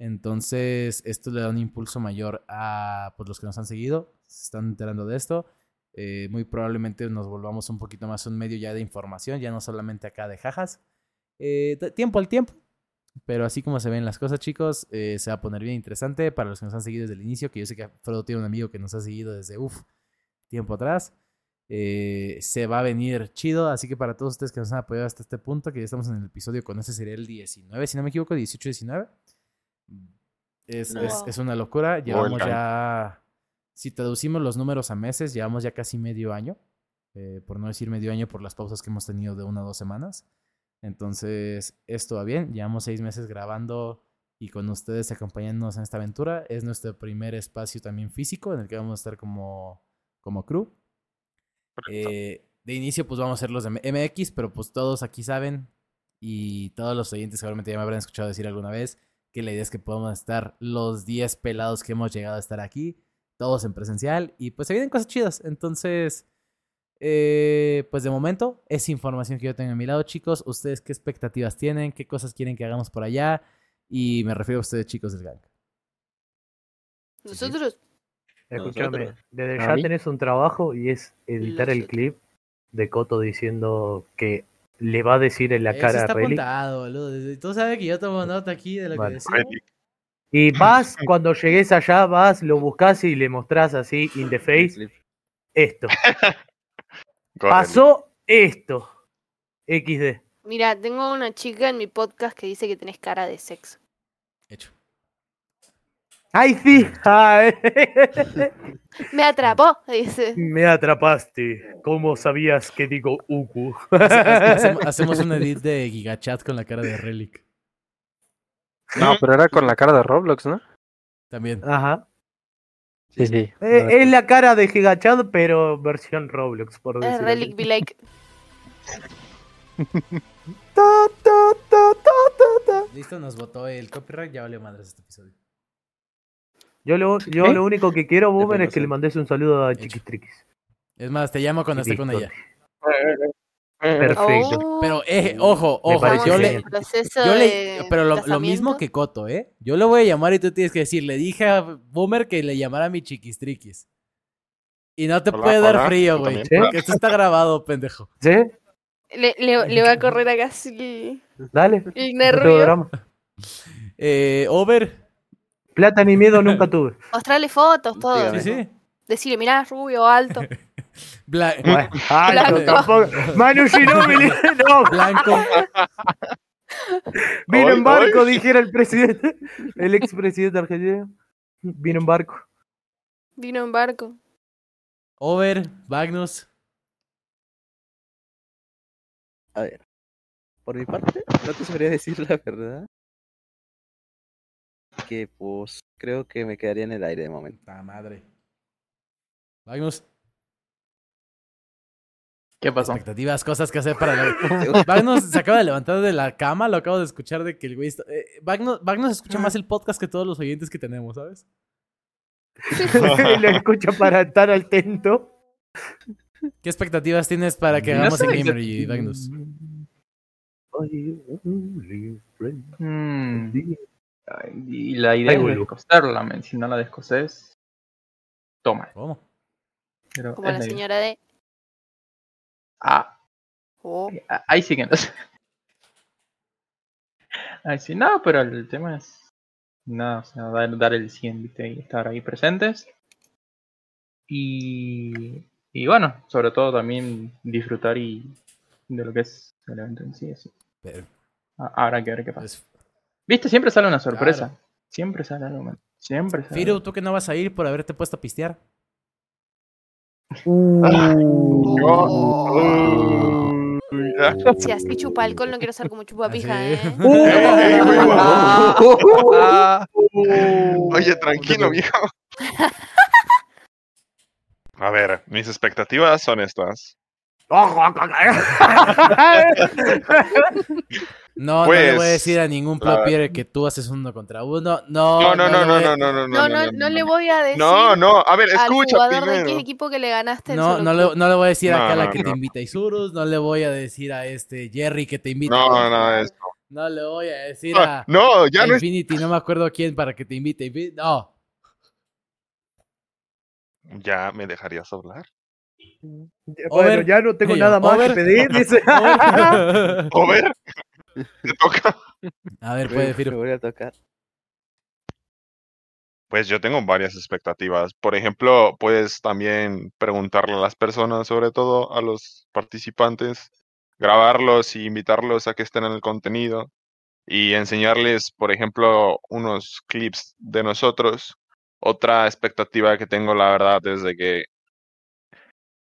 Speaker 3: Entonces, esto le da un impulso mayor a pues, los que nos han seguido, se están enterando de esto. Eh, muy probablemente nos volvamos un poquito más un medio ya de información, ya no solamente acá de jajas. Eh, t- tiempo al tiempo. Pero así como se ven las cosas, chicos, eh, se va a poner bien interesante para los que nos han seguido desde el inicio, que yo sé que Frodo tiene un amigo que nos ha seguido desde, uff, tiempo atrás. Eh, se va a venir chido, así que para todos ustedes que nos han apoyado hasta este punto, que ya estamos en el episodio con este sería el 19, si no me equivoco, 18-19. Es,
Speaker 2: No.
Speaker 3: es- es una locura, llevamos
Speaker 4: Volcan.
Speaker 3: ya, si traducimos los números a meses, llevamos ya casi medio año, eh, por no decir medio año por las pausas que hemos tenido de una o dos semanas. Entonces, esto va bien. Llevamos seis meses grabando y con ustedes acompañándonos en esta aventura. Es nuestro primer espacio también físico en el que vamos a estar como, como crew. Eh, de inicio, pues vamos a ser los de M- MX, pero pues todos aquí saben y todos los oyentes seguramente ya me habrán escuchado decir alguna vez que la idea es que podamos estar los 10 pelados que hemos llegado a estar aquí, todos en presencial y pues se vienen cosas chidas. Entonces, eh, pues de momento es información que yo tengo a mi lado, chicos. ¿Ustedes qué expectativas tienen? ¿Qué cosas quieren que hagamos por allá? Y me refiero a ustedes, chicos del gang.
Speaker 7: Nosotros.
Speaker 6: Escúchame,
Speaker 2: Nosotros.
Speaker 6: desde
Speaker 1: A
Speaker 6: ya
Speaker 1: mí.
Speaker 6: tenés un trabajo y es editar el
Speaker 7: Nosotros.
Speaker 6: clip de Coto diciendo que le va a decir en la
Speaker 3: Eso
Speaker 6: cara a
Speaker 3: Eh, está
Speaker 6: Relic.
Speaker 3: apuntado, boludo. Desde- Tú sabes que yo tomo nota aquí de lo que
Speaker 6: Vale.
Speaker 3: decimos.
Speaker 4: Relic.
Speaker 6: Y vas, cuando llegues allá, vas, lo buscas y le mostrás así, in the face,
Speaker 2: Clip.
Speaker 6: esto.
Speaker 4: Go
Speaker 6: Pasó esto. XD.
Speaker 7: Mira, tengo una chica en mi podcast que dice que tenés cara de sexo.
Speaker 3: Hecho.
Speaker 6: ¡Ay, sí! Ah, eh. Ay,
Speaker 7: Me atrapó, dice.
Speaker 6: Me atrapaste. ¿Cómo sabías que digo Uku?
Speaker 3: Hacemos, hacemos un edit de Gigachat con la cara de Relic.
Speaker 1: No, pero era con la cara de Roblox, ¿no?
Speaker 3: También.
Speaker 6: Ajá.
Speaker 1: Sí, sí.
Speaker 6: Eh, es la cara de Gigachad, pero versión Roblox, por
Speaker 7: Es
Speaker 6: decirlo.
Speaker 7: Relic be like.
Speaker 6: Ta, ta, ta, ta, ta, ta.
Speaker 3: Listo, nos votó el copyright. Ya valió madres este episodio.
Speaker 6: Yo lo, yo
Speaker 1: ¿Eh?
Speaker 6: lo único que quiero, Boomer, es que
Speaker 2: promoción.
Speaker 6: le mandes un saludo a
Speaker 3: Hecho.
Speaker 6: Chiquistriquis.
Speaker 3: Es más, te llamo cuando esté con
Speaker 6: Listo.
Speaker 3: ella.
Speaker 4: Relic.
Speaker 6: Perfecto.
Speaker 7: Oh,
Speaker 3: Pero, eh, ojo,
Speaker 6: Me
Speaker 3: ojo.
Speaker 6: parece
Speaker 3: Yo
Speaker 7: estamos
Speaker 3: le,
Speaker 7: en el proceso
Speaker 3: Yo le,
Speaker 7: de
Speaker 3: pero lo, lo mismo
Speaker 7: casamiento.
Speaker 3: que Coto, ¿eh? Yo lo voy a llamar y tú tienes que decir, le dije a Boomer que le llamara a mi chiquistriquis. Y no te
Speaker 4: Hola,
Speaker 3: puede dar
Speaker 4: hola,
Speaker 3: frío,
Speaker 4: yo
Speaker 3: güey.
Speaker 4: también.
Speaker 3: Porque esto está grabado, pendejo.
Speaker 6: ¿Sí?
Speaker 7: Le, le, le va a correr acá el,
Speaker 6: Dale.
Speaker 7: el
Speaker 6: No tengo
Speaker 7: nervio.
Speaker 6: drama.
Speaker 3: Eh, Over.
Speaker 6: Plata ni miedo nunca tuve.
Speaker 7: Mostrarle fotos, todo.
Speaker 3: Sí, sí.
Speaker 7: Decirle, mirá, rubio, alto.
Speaker 3: Bla-
Speaker 6: Bueno, ah,
Speaker 7: Blanco.
Speaker 6: no, tampoco. Manu Ginóbili, no,
Speaker 3: blanco.
Speaker 6: vino
Speaker 4: Hoy,
Speaker 6: en barco, dijera el presidente, el expresidente argentino. Vino en barco.
Speaker 7: Vino en barco.
Speaker 3: Over. Magnus.
Speaker 2: A ver. Por mi parte, no te sabría decir la verdad. que pues creo que me quedaría en el aire de momento.
Speaker 8: Puta madre.
Speaker 3: Magnus,
Speaker 5: ¿Qué pasó?
Speaker 3: expectativas, cosas que hacer para la... Magnus se acaba de levantar de la cama, lo acabo de escuchar de que el güey está... eh, Magnus, Magnus escucha más el podcast que todos los oyentes que tenemos, ¿sabes?
Speaker 6: lo escucho para estar atento.
Speaker 3: ¿Qué expectativas tienes para que
Speaker 5: No
Speaker 3: hagamos
Speaker 5: sé,
Speaker 3: en
Speaker 5: exact-
Speaker 3: Gamery, Magnus?
Speaker 5: Mm. Ay, Y la idea
Speaker 6: Ay,
Speaker 5: es
Speaker 6: Gulu.
Speaker 5: descostarla, men. Si no la descoses, toma.
Speaker 3: ¿Cómo?
Speaker 5: Pero
Speaker 7: Como
Speaker 5: es
Speaker 7: la
Speaker 5: la idea.
Speaker 7: señora de.
Speaker 5: Ah,
Speaker 7: Oh.
Speaker 5: ah, ahí sí que no sé. Ahí sí, no, pero el tema es. Nada, o sea, dar, dar el 100, ¿viste? Y estar ahí presentes. Y. Y bueno, sobre todo también disfrutar y. de lo que es el evento en sí. Así.
Speaker 3: Pero-
Speaker 5: Ah, Habrá que ver qué pasa.
Speaker 3: Pues,
Speaker 5: Viste, siempre sale una sorpresa.
Speaker 3: Claro.
Speaker 5: Siempre sale algo, man. Siempre sale.
Speaker 3: Firu,
Speaker 5: algo.
Speaker 3: tú que no vas a ir por haberte puesto a pistear.
Speaker 4: Uy, ah,
Speaker 7: oh, Si así chupa alcohol, no quiero ser como chupa pija,
Speaker 3: Así.
Speaker 7: ¿eh?
Speaker 4: Uh, ey, güey, güey.
Speaker 2: Ah,
Speaker 4: Oye, tranquilo, viejo. A ver, mis expectativas son estas.
Speaker 3: No, no le voy a
Speaker 4: Pues,
Speaker 3: decir a ningún
Speaker 4: la-
Speaker 3: Plopier que tú haces uno contra uno. No,
Speaker 4: No, no, no,
Speaker 3: le
Speaker 4: no,
Speaker 3: voy a-
Speaker 4: no, no, no,
Speaker 7: No, no, no le voy a decir.
Speaker 4: No, no, a ver,
Speaker 7: Al
Speaker 4: escucha
Speaker 7: jugador de qué
Speaker 4: primero.
Speaker 7: equipo que le ganaste en
Speaker 3: No,
Speaker 7: solo
Speaker 3: no le, no le voy a decir
Speaker 4: No,
Speaker 3: acá a la
Speaker 4: no,
Speaker 3: que te
Speaker 4: no.
Speaker 3: invita a Isurus, no le voy a decir a este Jerry que te invita.
Speaker 4: No, no, no, es-
Speaker 3: No le voy a decir
Speaker 4: no,
Speaker 3: a
Speaker 4: no, ya no es.
Speaker 3: Infinity, no me acuerdo quién para que te invite. Infi- No,
Speaker 4: Ya me dejarías hablar.
Speaker 6: Bueno,
Speaker 3: Over.
Speaker 6: ya no tengo
Speaker 3: Ella,
Speaker 6: nada más
Speaker 3: over.
Speaker 6: que pedir. Dice.
Speaker 3: a
Speaker 4: A ver, te toca.
Speaker 3: ver,
Speaker 2: Creo
Speaker 3: puede
Speaker 2: que
Speaker 3: Firu.
Speaker 2: voy a tocar.
Speaker 4: Pues yo tengo varias expectativas. Por ejemplo, puedes también preguntarle a las personas, sobre todo a los participantes, grabarlos y invitarlos a que estén en el contenido y enseñarles, por ejemplo, unos clips de nosotros. Otra expectativa que tengo, la verdad, es de que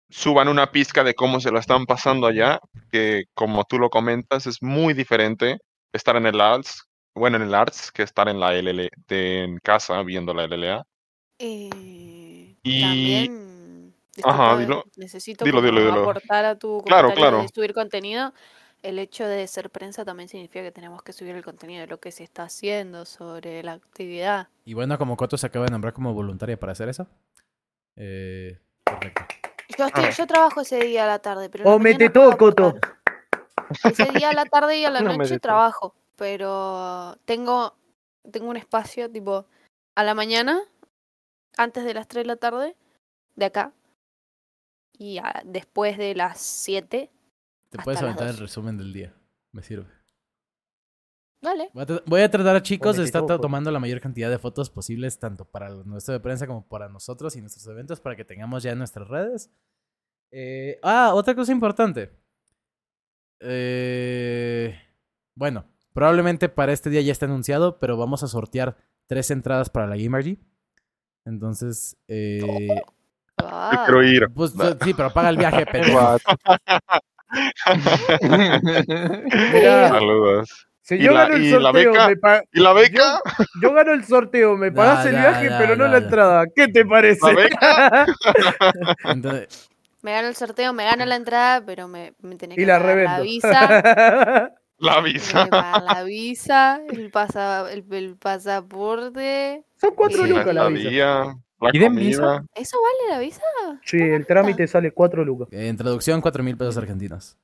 Speaker 4: suban una pizca de cómo se la están pasando allá, que como tú lo comentas, es muy diferente estar en el ALS bueno, en el Arts, que estar en la LL, de- en casa viendo la LLA.
Speaker 7: Eh,
Speaker 4: Y-
Speaker 7: También.
Speaker 4: Ajá, dilo.
Speaker 7: disculpa, Necesito
Speaker 4: Dilo, dilo,
Speaker 7: como
Speaker 4: dilo.
Speaker 7: aportar a tu
Speaker 4: Claro,
Speaker 7: comentario
Speaker 4: claro.
Speaker 7: de subir contenido. El hecho de ser prensa también significa que tenemos que subir el contenido de lo que se está haciendo sobre la actividad.
Speaker 3: Y bueno, como Coto se acaba de nombrar como voluntaria para hacer eso. Eh, perfecto.
Speaker 7: Yo,
Speaker 1: Ah.
Speaker 7: estoy, yo trabajo ese día a la tarde, pero... en la
Speaker 6: O mete
Speaker 7: mañana
Speaker 6: todo,
Speaker 7: puedo
Speaker 6: Coto.
Speaker 7: aportar. Ese día a la tarde y a la
Speaker 1: No me
Speaker 7: noche
Speaker 1: detengo.
Speaker 7: trabajo, pero tengo, tengo un espacio tipo a la mañana, antes de las 3 de la tarde, de acá, y a- después de las 7,
Speaker 3: Te
Speaker 7: Hasta
Speaker 3: puedes
Speaker 7: las
Speaker 3: aventar el
Speaker 7: dos.
Speaker 3: resumen del día. Me sirve.
Speaker 7: dale.
Speaker 3: Voy a, tra- voy a tratar a chicos de
Speaker 6: Ponete
Speaker 3: estar
Speaker 6: todo,
Speaker 3: to-
Speaker 6: Jorge.
Speaker 3: tomando la mayor cantidad de fotos posibles, tanto para el- nuestro de prensa como para nosotros y nuestros eventos, para que tengamos ya en nuestras redes. Eh, ah, otra cosa importante. Eh, bueno, probablemente para este día ya está anunciado, pero vamos a sortear tres entradas para la Gamergy. Entonces, eh,
Speaker 4: Yo
Speaker 7: Ah,
Speaker 4: quiero ir.
Speaker 3: pues, sí, pero paga el viaje, pero
Speaker 1: What?
Speaker 6: Mira,
Speaker 4: Saludos.
Speaker 6: si
Speaker 4: ¿Y
Speaker 6: yo
Speaker 4: la-
Speaker 6: gano el
Speaker 4: y la
Speaker 6: sorteo,
Speaker 4: beca?
Speaker 6: me pa-
Speaker 4: ¿Y la beca?
Speaker 6: yo gano el sorteo, me
Speaker 3: Da,
Speaker 6: pagas el
Speaker 3: da,
Speaker 6: viaje,
Speaker 3: da,
Speaker 6: pero no
Speaker 3: da,
Speaker 6: la
Speaker 3: da.
Speaker 6: entrada. ¿Qué te parece?
Speaker 4: ¿La beca?
Speaker 3: entonces,
Speaker 7: me gano el sorteo, me gano la entrada, pero me, me tenés
Speaker 6: Y
Speaker 7: que
Speaker 6: la
Speaker 7: pagar la
Speaker 6: revendo.
Speaker 7: visa.
Speaker 4: La
Speaker 7: tenés que
Speaker 6: Eh,
Speaker 4: visa.
Speaker 7: pagar la visa, el, pasa, el, el pasaporte.
Speaker 6: Son cuatro
Speaker 4: La
Speaker 7: Sí,
Speaker 6: lucas la visa.
Speaker 4: estadía, la
Speaker 1: ¿Y de misa?
Speaker 4: comida.
Speaker 7: ¿Eso vale la visa?
Speaker 6: Sí, el trámite sale cuatro lucas.
Speaker 3: en traducción, cuatro mil pesos argentinos.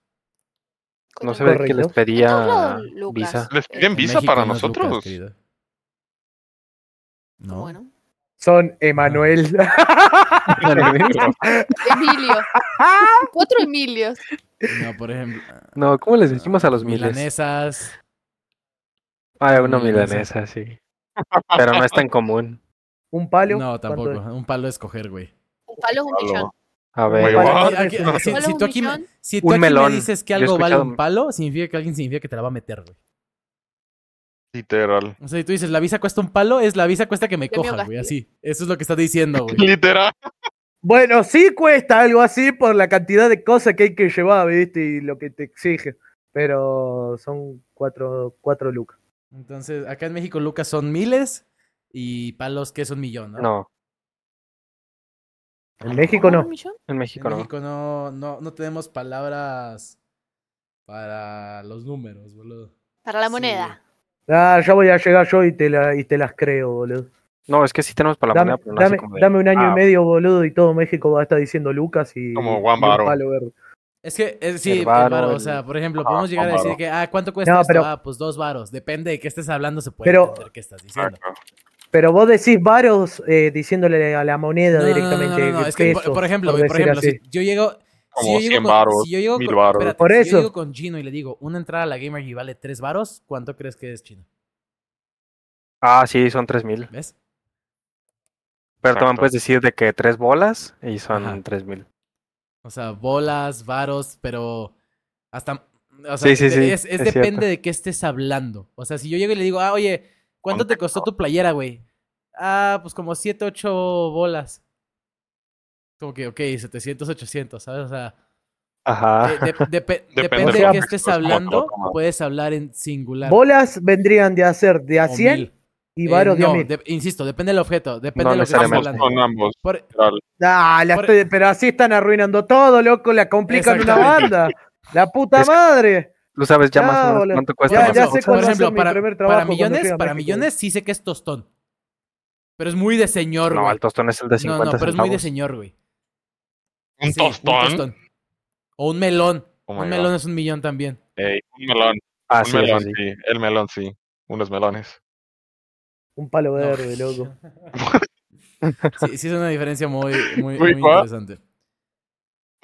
Speaker 1: No se
Speaker 7: Coño,
Speaker 1: ve
Speaker 6: Correcto.
Speaker 1: que les
Speaker 7: En todos
Speaker 1: pedía
Speaker 7: lados, Lucas. Eh,
Speaker 1: visa.
Speaker 4: ¿Les piden
Speaker 3: En
Speaker 4: visa
Speaker 3: México
Speaker 4: para
Speaker 3: no es lucas,
Speaker 4: nosotros?
Speaker 3: querido. no.
Speaker 7: Bueno.
Speaker 6: Son Emanuel.
Speaker 7: Emilio. Cuatro Emilios.
Speaker 3: No, por ejemplo. ah,
Speaker 1: No, ¿cómo les decimos a los miles?
Speaker 3: Milanesas.
Speaker 1: Ah, una
Speaker 3: milanesa.
Speaker 1: milanesa, sí. Pero no es tan común.
Speaker 6: Un palo.
Speaker 3: No, tampoco.
Speaker 6: ¿Cuánto es?
Speaker 3: Un palo es coger, güey.
Speaker 7: Un palo es un
Speaker 4: Palo.
Speaker 7: millón.
Speaker 1: A
Speaker 4: Muy
Speaker 1: ver,
Speaker 4: guapo.
Speaker 3: Aquí-
Speaker 6: ¿Cuál?
Speaker 3: aquí-
Speaker 6: ¿Un
Speaker 3: si,
Speaker 7: palo
Speaker 3: si
Speaker 7: es
Speaker 3: tú
Speaker 7: un
Speaker 3: aquí, me,
Speaker 7: millón?
Speaker 3: si
Speaker 1: Un
Speaker 3: tú aquí me
Speaker 1: melón.
Speaker 3: dices que
Speaker 1: Yo he
Speaker 3: algo vale un
Speaker 1: escuchado-
Speaker 3: palo, significa que alguien significa que te la va a meter, güey.
Speaker 4: Literal.
Speaker 3: O sea, si tú dices, la visa cuesta un palo, es la visa cuesta que me
Speaker 7: Premio
Speaker 3: coja, güey.
Speaker 7: Castillo.
Speaker 3: Así. Eso es lo que estás diciendo, güey.
Speaker 4: Literal.
Speaker 6: Bueno, sí cuesta algo así por la cantidad de cosas que hay que llevar, ¿viste? Y lo que te exige. Pero son cuatro, cuatro lucas.
Speaker 3: Entonces, acá en México, Lucas, son miles. Y palos que es un millón, ¿no?
Speaker 1: No,
Speaker 6: En México
Speaker 7: ¿Cómo,
Speaker 6: no.
Speaker 7: un millón?
Speaker 1: en
Speaker 3: En
Speaker 1: México no.
Speaker 3: México no, no, no tenemos palabras para los números, boludo.
Speaker 7: Para la
Speaker 3: Sí.
Speaker 7: moneda.
Speaker 6: Ah, ya voy a llegar yo y te, la, y te las creo, boludo.
Speaker 1: No, es que sí tenemos para la
Speaker 6: Dame,
Speaker 1: moneda, pero no así
Speaker 6: dame-
Speaker 1: como de-
Speaker 6: dame un año
Speaker 4: ah.
Speaker 6: y medio, boludo, y todo México va a estar diciendo Lucas y.
Speaker 4: Como
Speaker 6: y
Speaker 4: Juan
Speaker 6: un
Speaker 4: Barón.
Speaker 6: palo verde.
Speaker 3: Es que, es, sí,
Speaker 1: El
Speaker 3: el
Speaker 1: varo,
Speaker 3: varo, o
Speaker 1: el-
Speaker 3: sea, por ejemplo,
Speaker 4: Ajá,
Speaker 3: podemos llegar a
Speaker 4: un
Speaker 3: decir
Speaker 4: varo.
Speaker 3: que, ah, ¿cuánto cuesta
Speaker 6: No,
Speaker 3: esto?
Speaker 6: pero-
Speaker 3: Ah, pues dos varos. Depende de qué estés hablando, se puede
Speaker 6: Pero-
Speaker 3: entender qué estás diciendo.
Speaker 6: Pero vos decís varos eh, diciéndole a la
Speaker 3: No,
Speaker 6: moneda
Speaker 3: no, no,
Speaker 6: directamente.
Speaker 3: no, no, no, es que, por,
Speaker 6: pesos,
Speaker 3: por ejemplo,
Speaker 6: por
Speaker 3: güey, por
Speaker 6: decir
Speaker 3: ejemplo,
Speaker 6: así.
Speaker 3: si yo llego...
Speaker 4: Como
Speaker 3: Si yo llego
Speaker 4: 100
Speaker 3: con,
Speaker 4: varos,
Speaker 3: si yo llego
Speaker 4: 1000
Speaker 3: con-
Speaker 4: varos.
Speaker 3: espérate,
Speaker 6: Por
Speaker 3: si yo
Speaker 6: eso.
Speaker 3: llego con Gino y le digo, una entrada a la Gamer y vale tres varos, ¿cuánto crees que es Chino?
Speaker 1: Ah, sí, son 3000.
Speaker 3: ¿Ves?
Speaker 1: Pero también
Speaker 4: Exacto.
Speaker 1: puedes decir de que tres bolas y
Speaker 3: Ajá.
Speaker 1: son 3000.
Speaker 3: O sea, bolas, varos, pero hasta... O sea,
Speaker 1: Sí, sí,
Speaker 3: de-
Speaker 1: sí,
Speaker 3: es, es
Speaker 1: es
Speaker 3: depende
Speaker 1: cierto.
Speaker 3: de qué estés hablando. O sea, si yo llego y le digo, ah, oye, ¿cuánto te costó tu playera, güey? Ah, pues como 7, 8 bolas. Como que, ok, 700, 800, ¿sabes? O sea,
Speaker 1: Ajá.
Speaker 3: de- de- depe-
Speaker 4: Depende
Speaker 3: depende de
Speaker 6: del
Speaker 3: qué
Speaker 4: contexto,
Speaker 3: estés
Speaker 4: es como te lo
Speaker 3: hablando,
Speaker 4: tomas.
Speaker 3: puedes hablar en singular.
Speaker 6: Bolas vendrían de hacer de a
Speaker 3: o
Speaker 6: 100
Speaker 3: mil.
Speaker 6: y
Speaker 3: Eh,
Speaker 6: varos de a
Speaker 3: no,
Speaker 6: 1000.
Speaker 3: de- insisto, depende del objeto, depende
Speaker 1: No
Speaker 3: de lo que estés
Speaker 1: necesariamente.
Speaker 3: hablando.
Speaker 4: Son ambos.
Speaker 3: Por-
Speaker 4: literal.
Speaker 6: Ah, la
Speaker 3: Por-
Speaker 6: estoy- pero así están arruinando todo, loco. La complican una
Speaker 3: Exactamente.
Speaker 6: banda. La puta
Speaker 1: Es que-
Speaker 6: madre.
Speaker 1: Tú sabes ya más o
Speaker 6: Ya,
Speaker 1: menos
Speaker 6: boludo.
Speaker 1: cuánto cuesta
Speaker 6: Ya-
Speaker 1: más
Speaker 6: ya
Speaker 1: o
Speaker 6: sé
Speaker 1: menos.
Speaker 6: cuál
Speaker 3: por
Speaker 6: va a
Speaker 3: ejemplo,
Speaker 6: ser mi
Speaker 3: para,
Speaker 6: primer
Speaker 3: para
Speaker 6: trabajo cuando llegue
Speaker 3: millones,
Speaker 6: a
Speaker 3: para
Speaker 6: México.
Speaker 3: millones sí sé que es tostón. Pero es muy de señor,
Speaker 1: No,
Speaker 3: güey.
Speaker 1: el tostón es el de 50
Speaker 3: no, no, pero es muy de
Speaker 1: centavos.
Speaker 3: señor, güey.
Speaker 4: Un
Speaker 3: Sí, un
Speaker 4: tostón.
Speaker 3: tostón. O un melón.
Speaker 4: Oh my
Speaker 3: un
Speaker 4: God.
Speaker 3: melón es un millón también.
Speaker 4: Ey, un melón.
Speaker 1: Ah,
Speaker 4: un
Speaker 1: sí, eso
Speaker 4: melón,
Speaker 1: sí.
Speaker 4: sí. El melón, sí. Unos melones.
Speaker 6: Un palo
Speaker 3: No.
Speaker 6: verde, loco.
Speaker 3: Sí, sí es una diferencia muy, muy, muy
Speaker 4: Güey, ¿cuál?
Speaker 3: interesante.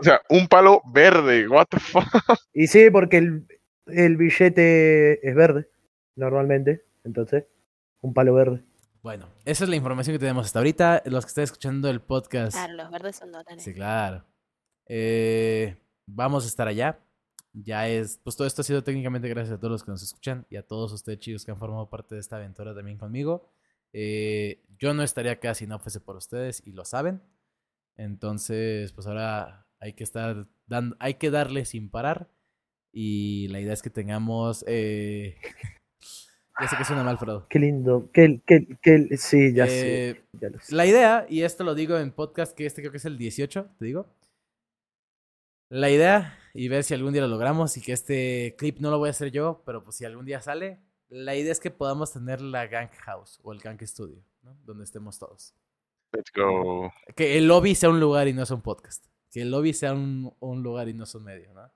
Speaker 4: O sea, un palo verde. What the fuck.
Speaker 6: Y sí, porque el, el billete es verde, normalmente. Entonces, un palo verde.
Speaker 3: Bueno, esa es la información que tenemos hasta ahorita. Los que están escuchando el podcast.
Speaker 7: Claro, los verdes son dólares.
Speaker 3: Sí, claro. Eh, vamos a estar allá. Ya es, pues todo esto ha sido técnicamente gracias a todos los que nos escuchan y a todos ustedes chicos que han formado parte de esta aventura también conmigo. Eh, yo no estaría acá si no fuese por ustedes y lo saben. Entonces, pues ahora hay que estar dando, hay que darle sin parar. Y la idea es que tengamos, eh, ya sé que suena mal, Frodo.
Speaker 6: Qué lindo. Qué, qué, qué- sí, ya sé.
Speaker 3: Eh,
Speaker 6: ya lo sé.
Speaker 3: la idea, y esto lo digo en podcast, que este creo que es el 18, te digo. La idea, y ver si algún día lo logramos, y que este clip no lo voy a hacer yo, pero pues si algún día sale, la idea es que podamos tener la Gang House o el Gang Studio, ¿no? Donde estemos todos.
Speaker 4: Let's go.
Speaker 3: Que el lobby sea un lugar y no sea un podcast. Que el lobby sea un, un lugar y no sea un medio, ¿no?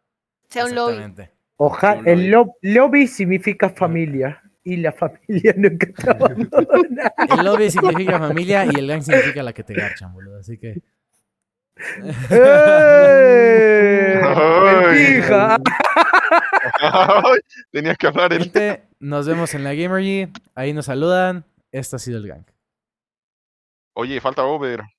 Speaker 7: Sea un lobby.
Speaker 3: Exactamente.
Speaker 6: Oja,
Speaker 2: un
Speaker 6: el lo- lobby significa familia. Y la familia nunca te abandona.
Speaker 3: El lobby significa familia y el gang significa la que te garchan, boludo. Así que.
Speaker 6: ¡Eh!
Speaker 4: Ay.
Speaker 6: ¡Hija!
Speaker 4: Ay, Tenías que hablar el
Speaker 3: Gente, nos vemos en la Gamergy. Ahí nos saludan. Esto ha sido el gang.
Speaker 4: Oye, falta Over.